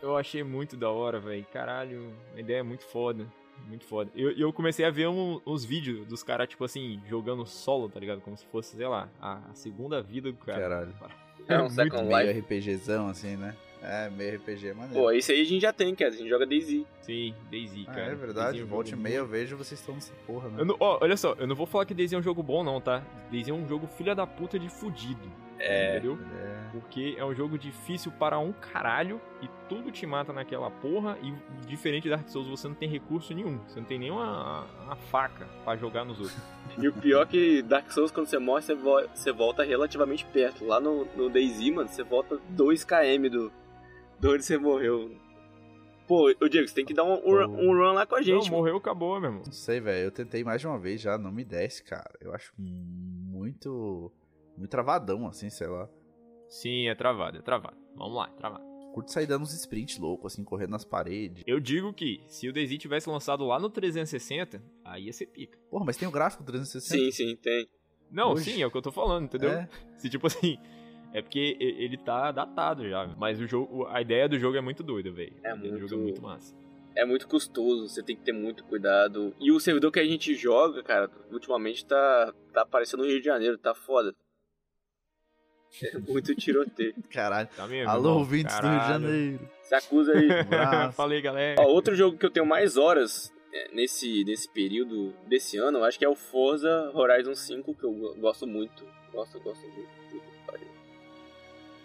S2: Eu achei muito da hora, velho. Caralho, a ideia é muito foda. Muito foda. E eu, eu comecei a ver um- uns vídeos dos caras, tipo assim, jogando solo, tá ligado? Como se fosse, sei lá, a, a segunda vida do cara.
S3: Caralho.
S1: É um
S2: Muito
S1: Second
S3: Meio
S1: Life.
S3: RPGzão, assim, né? É, meio RPG, maneiro.
S1: Pô, isso aí a gente já tem, cara. A gente joga DayZ.
S2: Sim, Daisy,
S3: Ah,
S2: cara.
S3: é verdade,
S2: Daisy um
S3: volte e
S2: jogo
S3: meia eu
S2: muito-
S3: vejo vocês estão nessa porra, né?
S2: Eu não- ó, olha só, eu não vou falar que Daisy é um jogo bom, não, tá? Daisy é um jogo filha da puta de fudido.
S1: É.
S2: Entendeu?
S3: É,
S2: Porque é um jogo difícil para um caralho e tudo te mata naquela porra. E diferente de Dark Souls, você não tem recurso nenhum. Você não tem nenhuma uma faca pra jogar nos outros.
S1: E o pior é que Dark Souls, quando você morre, você, vo- você volta relativamente perto. Lá no, no DayZ, mano, você volta 2km do... do onde você morreu. Pô, eu digo, você tem que dar um, um, run- um run lá com a gente.
S2: não, morreu, acabou, meu irmão.
S3: não sei, velho. Eu tentei mais de uma vez já, não me desce, cara. Eu acho muito. Muito travadão, assim, sei lá.
S2: Sim, é travado, é travado. Vamos lá, é travado.
S3: Curto sair dando uns sprints loucos, assim, correndo nas paredes.
S2: Eu digo que se o Daisy tivesse lançado lá no 360, aí ia ser pica.
S3: Porra, mas tem o gráfico 360.
S1: Sim, sim, tem.
S2: Não,
S3: Hoje?
S2: sim, é o que eu tô falando, entendeu?
S3: É.
S2: Se tipo assim. É porque e- ele tá datado já, mas o jogo, a ideia do jogo é muito doida, velho.
S1: É
S2: a ideia do jogo é
S1: muito-
S2: muito massa.
S1: É muito custoso, você tem que ter muito cuidado. E o servidor que a gente joga, cara, ultimamente tá, tá aparecendo no Rio de Janeiro, tá foda. É muito tiroteio.
S3: Caralho.
S2: Tá mesmo?
S3: Alô,
S2: irmão?
S3: ouvintes
S2: Caralho.
S3: do Rio de Janeiro.
S1: Se acusa aí.
S3: Um abraço.
S2: Falei, galera.
S1: Ó, outro jogo que eu tenho mais horas é, nesse, nesse período desse ano, eu acho que é o Forza Horizon 5, que eu go- gosto muito. Gosto, gosto muito. Puta que pariu.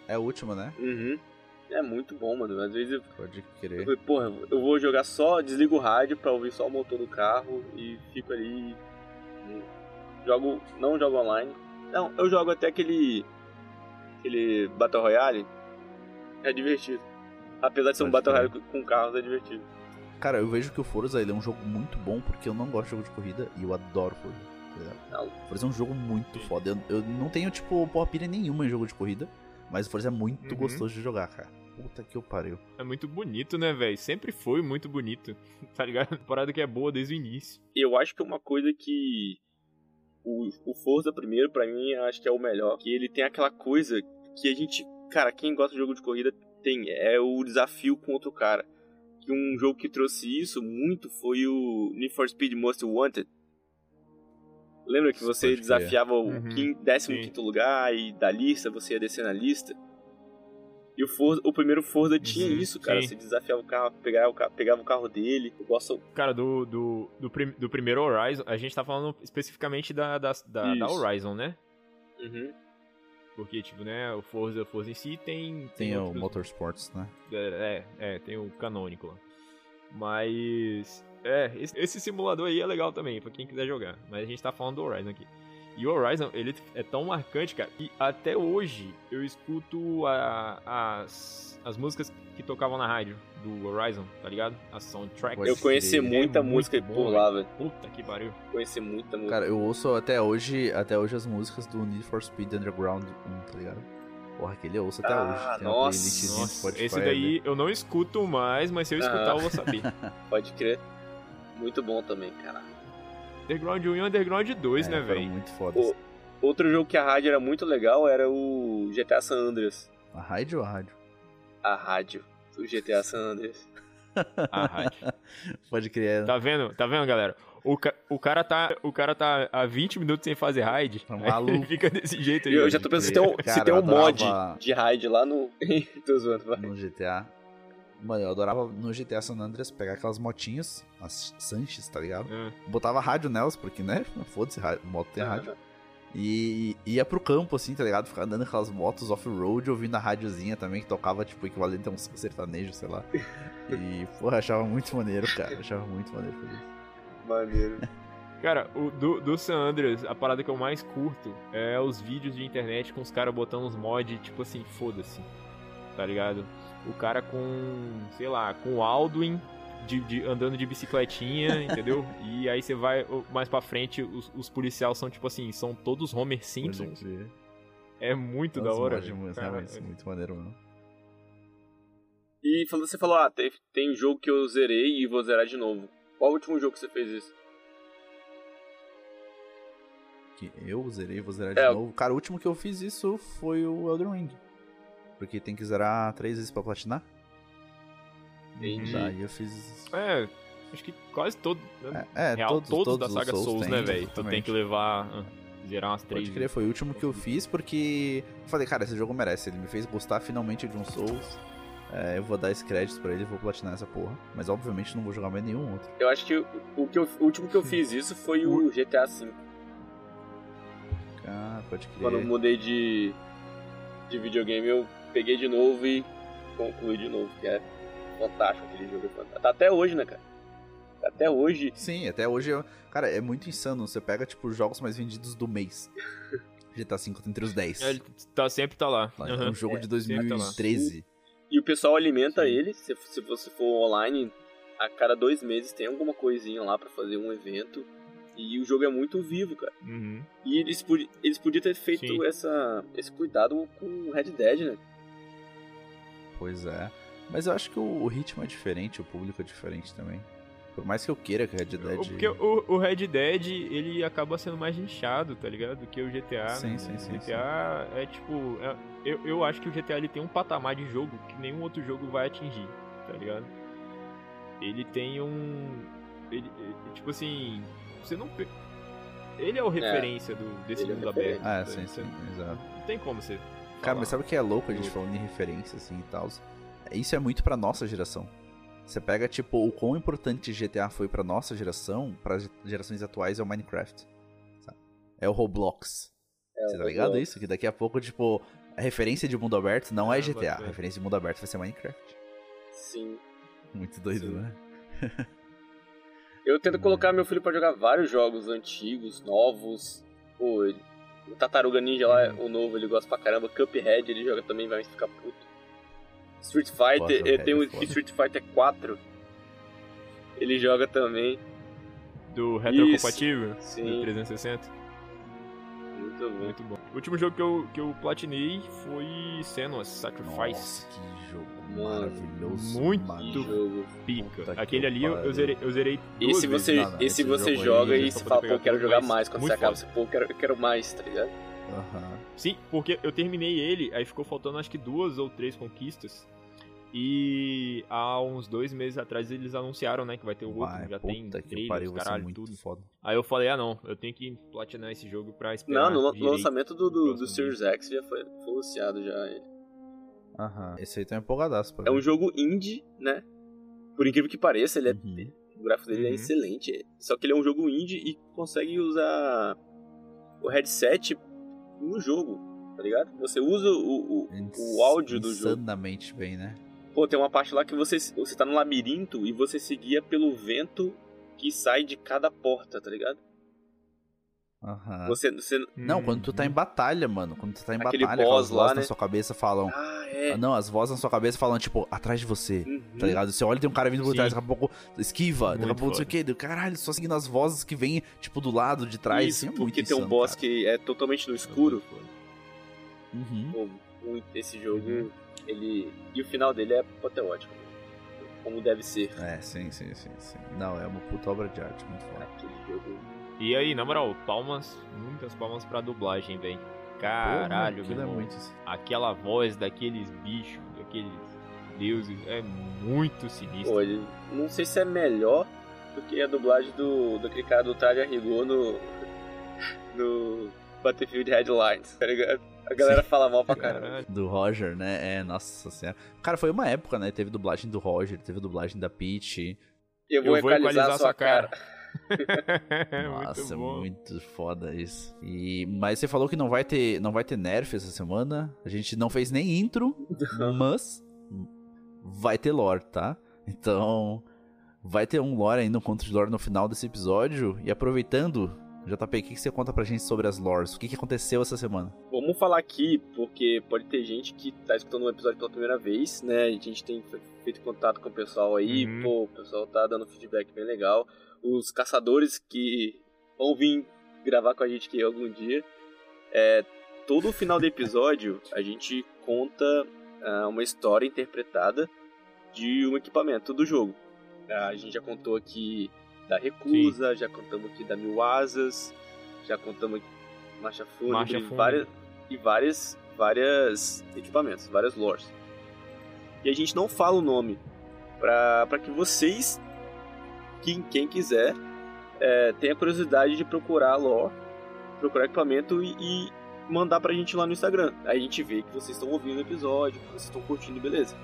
S3: É o último, né?
S1: Uhum. É muito bom, mano. Às vezes eu
S3: Pode
S1: eu
S3: crer.
S1: falei, porra, eu vou jogar só, desligo o rádio pra ouvir só o motor do carro e fico ali. e Jogo. Não jogo online. Não, eu jogo até aquele. aquele Battle Royale. É divertido. Apesar de ser um
S3: Pode
S1: Battle
S3: crer.
S1: Royale com- com carros, é divertido.
S3: Cara, eu vejo que o Forza ele é um jogo muito bom porque eu não gosto de jogo de corrida e eu adoro Forza. tá ligado?
S1: Não.
S3: Forza é um jogo muito foda. Eu, eu não tenho, tipo, porra pilha nenhuma em jogo de corrida, mas o Forza é muito
S2: Uhum.
S3: gostoso de jogar, cara. Puta que eu pariu.
S2: É muito bonito, né, velho? Sempre foi muito bonito, tá ligado? Parada que é boa desde o início.
S1: eu acho que é uma coisa que o, o Forza primeiro pra mim eu acho que é o melhor que ele tem aquela coisa que a gente cara quem gosta de jogo de corrida tem é o desafio com outro cara que um jogo que trouxe isso muito foi o Need for Speed Most Wanted lembra que você
S3: Pode crer.
S1: desafiava o
S2: Uhum,
S1: quin- décimo
S2: sim.
S1: quinto lugar e da lista você ia descer na lista e o, Forza- o primeiro Forza tinha
S2: Uhum,
S1: isso, cara.
S2: sim.
S1: Você desafiava o carro, pegava o carro, pegava o carro dele. Eu gosto
S2: Cara, do, do, do, prim- do primeiro Horizon, a gente tá falando especificamente da, da, da, da
S1: Isso.
S2: Horizon, né?
S1: Uhum.
S2: Porque, tipo, né, o Forza, Forza em si tem...
S3: Tem o
S2: outros-
S3: Motorsports, né?
S2: É, é, é, tem o canônico lá. Mas... É, esse, esse simulador aí é legal também, pra quem quiser jogar. Mas a gente tá falando do Horizon aqui. E o Horizon, ele é tão marcante, cara, que até hoje eu escuto a- as, as músicas que tocavam na rádio do Horizon, tá ligado? As soundtracks.
S3: Pode
S1: Eu conheci
S3: crer.
S1: muita
S2: É muito
S1: música
S2: bom,
S1: por lá, velho.
S2: Puta que pariu.
S1: Conheci muita música.
S3: Cara, eu ouço até hoje, até hoje as músicas do Need for Speed Underground 1, tá ligado? Porra, aquele eu ouço até
S1: Ah,
S3: hoje. Tem uma
S1: nossa.
S3: playlistzinha no
S2: Nossa,
S3: Spotify né?
S2: esse
S3: ali.
S2: daí é eu não escuto mais, mas se eu escutar
S1: Ah.
S2: eu vou saber.
S1: Pode crer. Muito bom também, cara.
S2: Underground 1 e Underground 2,
S3: É,
S2: né,
S3: foram
S2: velho?
S3: muito foda.
S1: Pô, outro jogo que a rádio era muito legal era o GTA San Andreas.
S3: A rádio ou a rádio?
S1: A rádio do GTA San Andreas.
S3: um-
S2: A rádio.
S3: Pode crer.
S2: Tá vendo? Tá vendo, galera? O, ca- o, cara, tá, o cara tá há 20 minutos sem fazer raid.
S3: Tá
S2: aí
S3: maluco. É.
S2: Ele fica desse jeito aí.
S1: eu
S2: velho.
S1: já tô pensando se
S3: crer.
S1: tem um, se
S3: Cara,
S1: tem um
S3: eu
S1: mod
S3: adorava-
S1: de rádio lá no. tô zoando, vai.
S3: no GTA. Mano, eu adorava no GTA San Andreas pegar aquelas motinhas, as Sanches, tá ligado?
S1: um
S2: Ah,
S3: Botava rádio nelas, porque, né? Foda-se, rádio- moto tem rádio. E e ia pro campo, assim, tá ligado? Ficava andando com aquelas motos off-road, ouvindo a rádiozinha também, que tocava, tipo, equivalente a um sertanejo, sei lá. E, porra, achava muito maneiro, cara. Achava muito maneiro fazer isso.
S1: Maneiro.
S2: Cara, o do, do San Andreas, a parada que eu mais curto é os vídeos de internet com os caras botando uns mods, tipo assim, foda-se. Tá ligado? O cara com, sei lá, com o Alduin de, de- andando de bicicletinha, entendeu? E aí você vai o- mais pra frente, os, os policiais são tipo assim, são todos Homer Simpson.
S3: Muito
S2: É muito
S3: da
S2: da hora.
S3: Mod,
S2: velho.
S3: muito,
S2: Cara,
S3: realmente, é muito maneiro, mano.
S1: E falando, você falou, ah, tem, tem jogo que eu zerei e vou zerar de novo. Qual o último jogo que você fez isso?
S3: Que eu zerei, vou zerar de
S1: É.
S3: novo. Cara, o último que eu fiz isso foi o Elden Ring. Porque tem que zerar três vezes pra platinar.
S1: Entendi.
S3: Tá, e eu fiz.
S2: É, acho que quase todo. né?
S3: É, é,
S2: Real,
S3: todos,
S2: todos,
S3: todos
S2: da
S3: os
S2: saga Souls,
S3: tem,
S2: né, velho? Tu tem
S3: exatamente.
S2: que levar. ah, Gerar umas três.
S3: Pode crer, foi o último que eu fiz porque eu falei, cara, esse jogo merece. Ele me fez gostar finalmente de um Souls. É, eu vou dar esse crédito pra ele, vou platinar essa porra. Mas obviamente não vou jogar mais nenhum outro.
S1: Eu acho que o, o que eu- o último que eu fiz isso foi o GTA V,
S3: Ah, pode crer.
S1: quando eu mudei de, de videogame, eu peguei de novo e concluí de novo, que é fantástico aquele jogo. é fantástico. Tá até hoje, né, cara? Tá Até hoje.
S3: Sim, até hoje, eu- cara, é muito insano. Você pega, tipo, os jogos mais vendidos do mês. GTA V tá entre os 10.
S2: É, Ele tá, sempre tá lá.
S3: Lá, É
S2: Aham.
S3: um jogo de
S2: sempre tá lá.
S3: 2013.
S1: E o pessoal alimenta
S2: Sim.
S1: ele, se, se você for online, a cada dois meses tem alguma coisinha lá pra fazer um evento. E o jogo é muito vivo, cara.
S2: Uhum.
S1: E eles, podi- eles podiam ter feito
S2: Sim.
S1: essa, esse cuidado com o Red Dead, né?
S3: Pois é. Mas eu acho que o o ritmo é diferente, o público é diferente também. Por mais que eu queira que Red Dead.
S2: O- Porque o, o Red Dead, ele acaba sendo mais inchado, tá ligado? Do que o GTA.
S3: Sim,
S2: né?
S3: sim, sim,
S2: O GTA é tipo. é- eu, eu acho que o GTA ele tem um patamar de jogo que nenhum outro jogo vai atingir, tá ligado? Ele tem um. Ele, ele- tipo assim. Você não. pe- Ele é o referência do, desse
S1: ele é
S2: mundo aberto.
S1: referência.
S3: Ah,
S2: tá?
S3: sim,
S2: Você-
S3: sim, exato.
S2: Não tem como você.
S3: Cara,
S2: falar.
S3: mas sabe o que é louco a gente
S2: Eu-
S3: falando de referência assim e tal? Isso é muito pra nossa geração. Você pega, tipo, o quão importante GTA foi pra nossa geração, para gerações atuais é o Minecraft. sabe? É o Roblox.
S1: É,
S3: Você tá
S1: o-
S3: ligado isso? Que daqui a pouco, tipo, a referência de mundo aberto não é,
S1: Ah,
S2: É,
S3: GTA.
S2: bota
S3: A
S2: fé.
S3: referência de mundo aberto vai ser Minecraft.
S1: Sim.
S3: Muito doido,
S1: Sim.
S3: né?
S1: Eu tento colocar meu filho pra jogar vários jogos antigos, novos. Pô, ele- o Tartaruga Ninja lá, é o novo, ele gosta pra caramba. Cuphead, ele joga também, vai ficar puto. Street
S3: Foda,
S1: Fighter,
S3: cara,
S1: ele tem um
S3: é foda.
S1: Street Fighter 4. Ele joga também.
S2: Do retrocompatível? Do
S1: Sim,
S2: 360?
S1: muito bom.
S2: Muito bom. O último jogo que eu, que eu platinei foi Senua's Sacrifice.
S3: Nossa, que jogo
S1: Mano,
S3: maravilhoso.
S2: muito
S1: Que
S3: mano.
S1: jogo.
S2: Pica.
S3: Puta que
S2: Aquele ali eu, eu
S3: pariu. Ah,
S2: zerei, eu zerei
S1: E
S2: duas
S1: se
S2: vezes.
S1: você,
S3: não, não,
S1: e
S3: esse
S1: se você
S3: jogo aí
S1: joga
S3: já é
S1: e
S2: só
S1: se
S2: pra
S1: fala,
S2: pegar
S1: pô, quero
S2: tudo,
S1: jogar
S2: mas
S1: mais quando
S2: muito
S1: você acaba.
S2: foda. É
S1: Você, pô, quero, quero mais, tá ligado?
S3: Aham.
S2: Sim, porque eu terminei ele, aí ficou faltando acho que duas ou três conquistas. E há uns dois meses atrás eles anunciaram, né, que vai ter o outro,
S3: Vai,
S2: já tem
S3: puta que
S2: trailer,
S3: pariu, vai ser
S2: caralho,
S3: muito
S2: tudo.
S3: foda.
S2: Aí eu falei, ah não, eu tenho que platinar esse jogo pra
S1: Não,
S2: esperar
S1: no lan-
S2: direito.
S1: lançamento do, do, do
S2: Próximo.
S1: Series X já foi, foi anunciado já ele.
S3: Aham. Esse aí tá empolgadaço pra
S1: É um
S3: mim.
S1: jogo indie, né? Por incrível que pareça, ele é,
S3: Uhum.
S1: o gráfico dele é
S2: Uhum.
S1: excelente. é- Só que ele é um jogo indie e consegue usar o headset no jogo, tá ligado? Você usa o, o, o áudio do jogo.
S3: Insanamente bem, né?
S1: Pô, tem uma parte lá que você, você tá no labirinto e você se guia pelo vento que sai de cada porta, tá ligado?
S3: Aham.
S1: Você, você...
S2: Hum.
S3: Não, quando tu tá em batalha, mano. Quando tu tá em
S1: Aquele
S3: batalha,
S1: boss
S3: aquelas
S1: lá,
S3: vozes
S1: né?
S3: na sua cabeça falam.
S1: Ah, é.
S3: Não, as vozes na sua cabeça falam, tipo, atrás de você.
S1: Uhum.
S3: Tá ligado? Você olha e tem um cara vindo por
S2: Sim.
S3: trás, daqui a pouco esquiva, daqui a
S2: Muito
S3: pouco não sei o
S2: foda.
S3: quê. Caralho, só seguindo as vozes que vêm, tipo, do lado, de trás.
S1: Isso,
S3: assim, é muito
S1: porque tem um
S3: insano,
S1: boss
S3: cara.
S1: que é totalmente no escuro.
S3: Uhum.
S1: Pô, muito- esse jogo, ele. E o final dele é apoteótico. né? Como deve ser.
S3: É, sim, sim, sim, sim. Não, é uma puta obra de arte, muito foda.
S1: Aquele jogo.
S2: E aí, na moral, palmas, muitas palmas pra dublagem, velho. Caralho,
S3: Porra,
S2: meu
S3: aquilo é
S2: irmão.
S3: muito.
S2: aquela voz daqueles bichos, daqueles deuses, é muito sinistro.
S1: Pô, ele- Não sei se é melhor do que a dublagem do, daquele cara do Tarja Rigor no. no Battlefield Headlines, tá ligado? A galera fala mal pra caramba.
S2: Caralho.
S3: Do Roger, né? É, nossa senhora. Cara, foi uma época, né? Teve dublagem do Roger, teve dublagem da Peach.
S1: Eu vou, equalizar, a sua cara.
S3: Nossa,
S2: É muito bom.
S3: muito foda isso. E mas você falou que não vai ter, não vai ter nerf essa semana. A gente não fez nem intro, mas vai ter lore, tá? Então, Vai ter um lore ainda, um conto de lore no final desse episódio. E aproveitando, JP, o que que você conta pra gente sobre as lores? O que que aconteceu essa semana?
S1: Vamos falar aqui, porque pode ter gente que tá escutando um episódio pela primeira vez, né? A gente tem fe- feito contato com o pessoal aí,
S2: Uhum.
S1: pô, o pessoal tá dando feedback bem legal. Os caçadores que vão vir gravar com a gente aqui algum dia. É, todo final do episódio, a gente conta ah, uma história interpretada de um equipamento do jogo. Ah, a gente já contou aqui da Recusa, já contamos aqui da Mil Asas, já contamos aqui Marcha Fúnebre,
S2: Marcha
S1: e
S2: Fúnebre.
S1: várias, e várias, várias equipamentos, várias lores. E a gente não fala o nome pra pra que vocês, quem, quem quiser, é, tenha curiosidade de procurar a lore, procurar equipamento e, e mandar pra gente lá no Instagram. Aí a gente vê que vocês estão ouvindo o episódio, que vocês estão curtindo, beleza.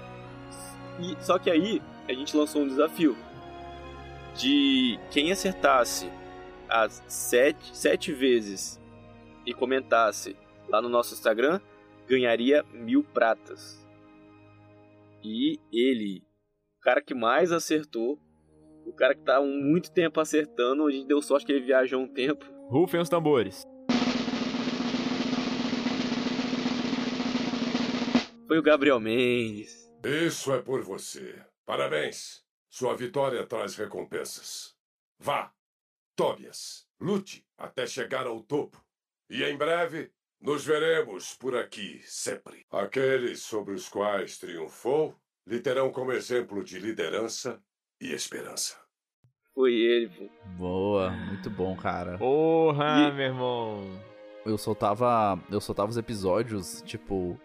S1: E, só que aí a gente lançou um desafio de quem acertasse as sete, sete vezes e comentasse lá no nosso Instagram, ganharia mil pratas. E ele, o cara que mais acertou, o cara que tá há muito tempo acertando, a gente deu sorte que ele viajou um tempo.
S2: Rufem os tambores.
S1: Foi o Gabriel Mendes.
S4: Isso é por você. Parabéns. Sua vitória traz recompensas. Vá, Tobias, lute até chegar ao topo. E em breve nos veremos por aqui sempre. Aqueles sobre os quais triunfou lhe terão como exemplo de liderança e esperança.
S1: Foi ele, pô.
S3: Boa, muito bom, cara.
S2: Porra,
S1: E-
S2: meu irmão.
S3: Eu soltava, eu soltava os episódios, tipo,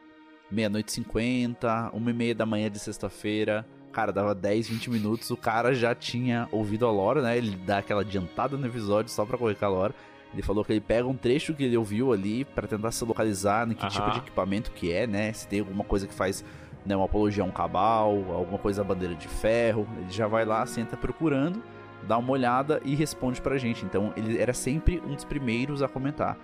S3: meia-noite e cinquenta, uma e meia da manhã de sexta-feira. Cara, dava 10, 20 minutos, o cara já tinha ouvido a Lora, né? Ele dá aquela adiantada no episódio só pra correr com a Lora. Ele falou que ele pega um trecho que ele ouviu ali pra tentar se localizar no que tipo
S2: Aham.
S3: de equipamento que é, né? Se tem alguma coisa que faz né, uma apologia a um cabal, alguma coisa a bandeira de ferro. Ele já vai lá, senta procurando, dá uma olhada e responde pra gente. Então ele era sempre um dos primeiros a comentar.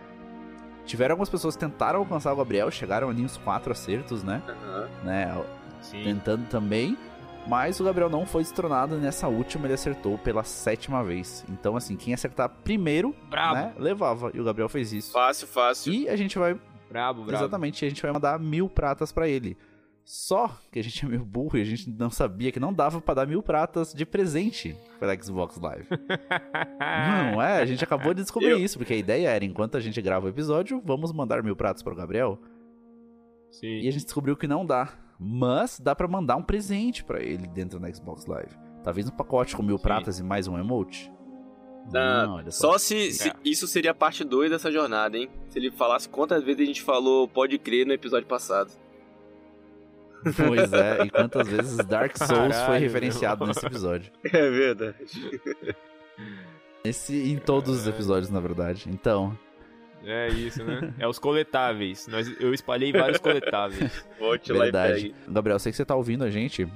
S3: Tiveram algumas pessoas que tentaram alcançar o Gabriel, chegaram ali uns quatro acertos, né?
S1: Aham.
S3: né
S2: Sim.
S3: tentando também. Mas o Gabriel não foi destronado nessa última, ele acertou pela sétima vez. Então, assim, quem acertar primeiro,
S2: Brabo,
S3: né, levava. E o Gabriel fez isso.
S1: Fácil, Ah, fácil.
S3: E a gente vai
S2: brabo, brabo.
S3: Exatamente, a gente vai mandar mil pratas pra ele. Só que a gente é meio burro e a gente não sabia que não dava pra dar mil pratas de presente pra Xbox Live.
S2: Ah,
S3: não é? A gente acabou de descobrir
S1: Eu-
S3: isso, porque a ideia era, enquanto a gente grava o episódio, vamos mandar mil pratas pro Gabriel.
S2: Sim.
S3: é. E a gente descobriu que não dá. Mas dá pra mandar um presente pra ele dentro da Xbox Live. Talvez um pacote com mil
S2: Sim.
S3: pratas e mais um emote.
S1: Ah,
S3: Não, olha só.
S1: Só se, se-
S2: É.
S1: isso seria a parte 2 dessa jornada, hein? Se ele falasse quantas vezes a gente falou pode crer no episódio passado.
S3: Pois é, e quantas vezes Dark Souls
S2: Caralho,
S3: foi
S2: meu.
S3: referenciado nesse episódio.
S1: É verdade.
S3: Esse em todos os episódios, na verdade. Então,
S2: É isso, né? É os coletáveis. Nós, eu espalhei vários coletáveis.
S1: Volte lá e
S3: verdade.
S1: pegue.
S3: Gabriel, sei que você tá ouvindo a gente.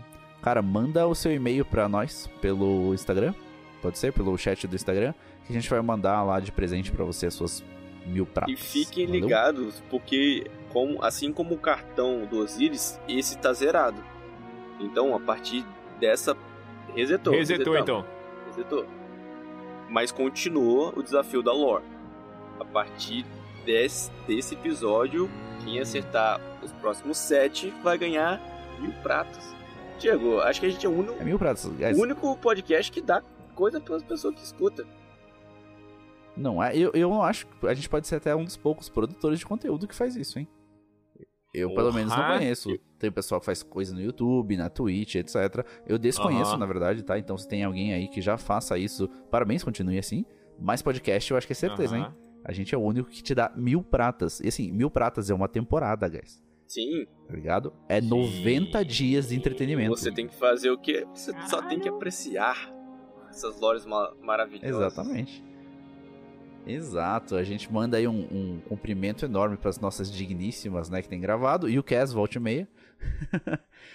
S3: Cara, manda o seu e-mail pra nós pelo Instagram. Pode ser? Pelo chat do Instagram. Que a gente vai mandar lá de presente pra você as suas mil pratas.
S1: E fiquem
S3: Valeu?
S1: ligados, porque como- assim como o cartão do Osiris, esse tá zerado. Então, a partir dessa. Resetou.
S2: Resetou
S1: resetamos.
S2: então.
S1: Resetou. Mas continua o desafio da lore. A partir des- desse episódio, quem acertar os próximos sete vai ganhar mil pratos. Diego, acho que a gente é o único,
S3: É mil pratas. guys.
S1: o único podcast que dá coisa para as pessoas que escutam.
S3: Não é? Eu, eu não acho. que A gente pode ser até um dos poucos produtores de conteúdo que faz isso, hein? Eu, pelo
S2: Porra.
S3: menos, não conheço. Tem pessoal que faz coisa no YouTube, na Twitch, etc. Eu desconheço,
S2: Aham.
S3: na verdade, tá? Então, se tem alguém aí que já faça isso, parabéns, continue assim. Mas podcast, eu acho que é certeza, hein?
S2: Aham.
S3: A gente é o único que te dá mil pratas. E assim, mil pratas é uma temporada, guys.
S1: Sim,
S3: Tá ligado? É
S2: Sim.
S3: 90 dias de entretenimento.
S1: você tem que fazer o que? Você só tem que apreciar essas lores ma- maravilhosas.
S3: Exatamente. Exato, a gente manda aí um, um cumprimento enorme pras nossas digníssimas, né, que tem gravado, e o Cas volta e meia.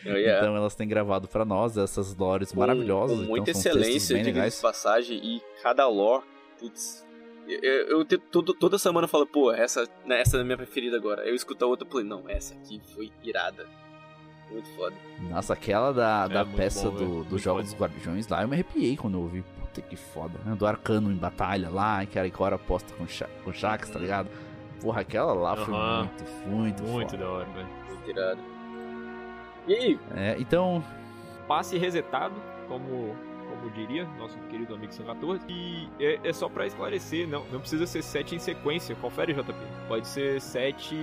S1: Oh, yeah.
S3: Então elas têm gravado pra nós essas lores
S1: com-
S3: maravilhosas.
S1: Com muita
S3: então, são textos
S1: excelência,
S3: bem
S1: diga de
S3: legais.
S1: passagem, e cada lore, putz. Eu, eu, eu tento- todo, toda semana eu falo, pô, essa, né, essa é a minha preferida agora. Eu escuto a outra e falei, não, essa aqui foi irada. Muito foda.
S3: Nossa, aquela da,
S2: É,
S3: da
S2: muito
S3: peça
S2: bom,
S3: do,
S2: velho.
S3: do
S2: Muito
S3: Jogo
S2: bom.
S3: dos Guardiões lá, eu me arrepiei quando eu ouvi. Puta que foda. né? Do Arcano em batalha lá, que era agora aposta com o Sha- com o Shax, tá ligado? Porra, aquela lá foi
S2: Uhum. Aham.
S3: muito, muito,
S2: Muito
S3: foda.
S2: da hora, né? velho.
S1: Muito irado. E aí,
S3: É, então,
S2: Passe resetado, como, como diria nosso querido amigo San 14. E é, é só pra esclarecer, não, não precisa ser 7 em sequência. Confere, JP. Pode ser 7.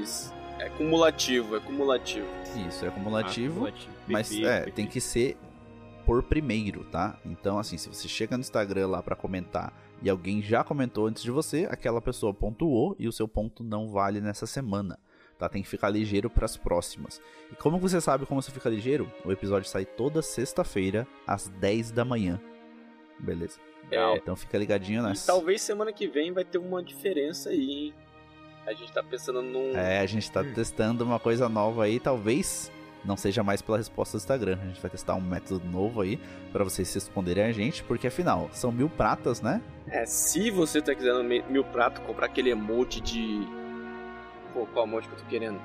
S1: isso. É cumulativo, é cumulativo.
S3: isso, é acumulativo.
S2: Acumulativo.
S3: Mas
S2: Perfeito,
S3: é,
S2: perfeito.
S3: tem que ser por primeiro, tá? Então, assim, se você chega no Instagram lá pra comentar e alguém já comentou antes de você, aquela pessoa pontuou e o seu ponto não vale nessa semana. Tá, tem que ficar ligeiro pras próximas. E como você sabe como você fica ligeiro? O episódio sai toda sexta-feira, às 10 da manhã. Beleza?
S1: É.
S3: Então fica ligadinho
S1: E tá
S3: nessa.
S1: talvez semana que vem vai ter uma diferença aí, hein? A gente tá pensando num.
S3: É, a gente tá
S2: Hum.
S3: testando uma coisa nova aí, talvez não seja mais pela resposta do Instagram. A gente vai testar um método novo aí pra vocês se responderem a gente, porque afinal, são mil pratas, né?
S1: É, se você tá querendo me- mil prato, comprar aquele emote de. Pô, qual emote que eu tô querendo?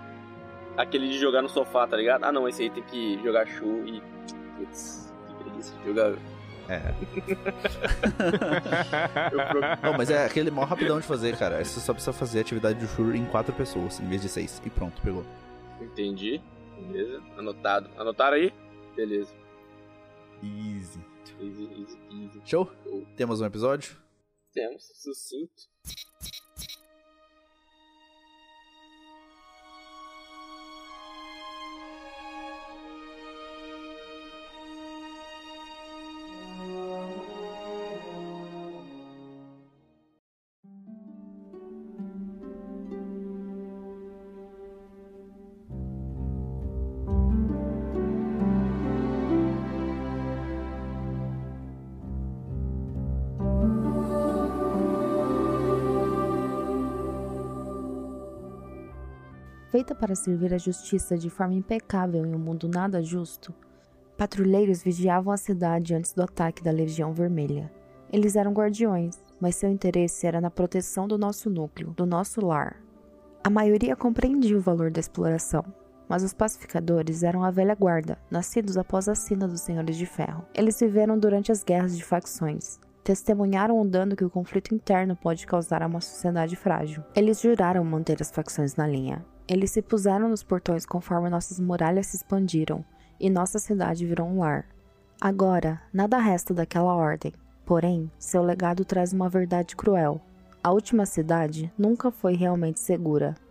S1: Aquele de jogar no sofá, tá ligado? Ah não, esse aí tem que jogar show e. Putz, que preguiça de jogar.
S3: Não, mas é aquele mó rapidão de fazer, cara. Você só precisa fazer a atividade do Shure em quatro pessoas, em vez de seis. E pronto, pegou.
S1: Entendi. Beleza. Anotado. Anotaram aí? Beleza.
S3: Easy.
S1: Easy, easy, easy.
S3: Show? Temos um episódio?
S1: Temos, sucinto.
S5: Feita para servir a justiça de forma impecável em um mundo nada justo, patrulheiros vigiavam a cidade antes do ataque da Legião Vermelha. Eles eram guardiões, mas seu interesse era na proteção do nosso núcleo, do nosso lar. A maioria compreendia o valor da exploração, mas os pacificadores eram a velha guarda, nascidos após a sina dos Senhores de Ferro. Eles viveram durante as guerras de facções, testemunharam o dano que o conflito interno pode causar a uma sociedade frágil. Eles juraram manter as facções na linha. Eles se puseram nos portões conforme nossas muralhas se expandiram e nossa cidade virou um lar. Agora, nada resta daquela ordem. Porém, seu legado traz uma verdade cruel. A última cidade nunca foi realmente segura.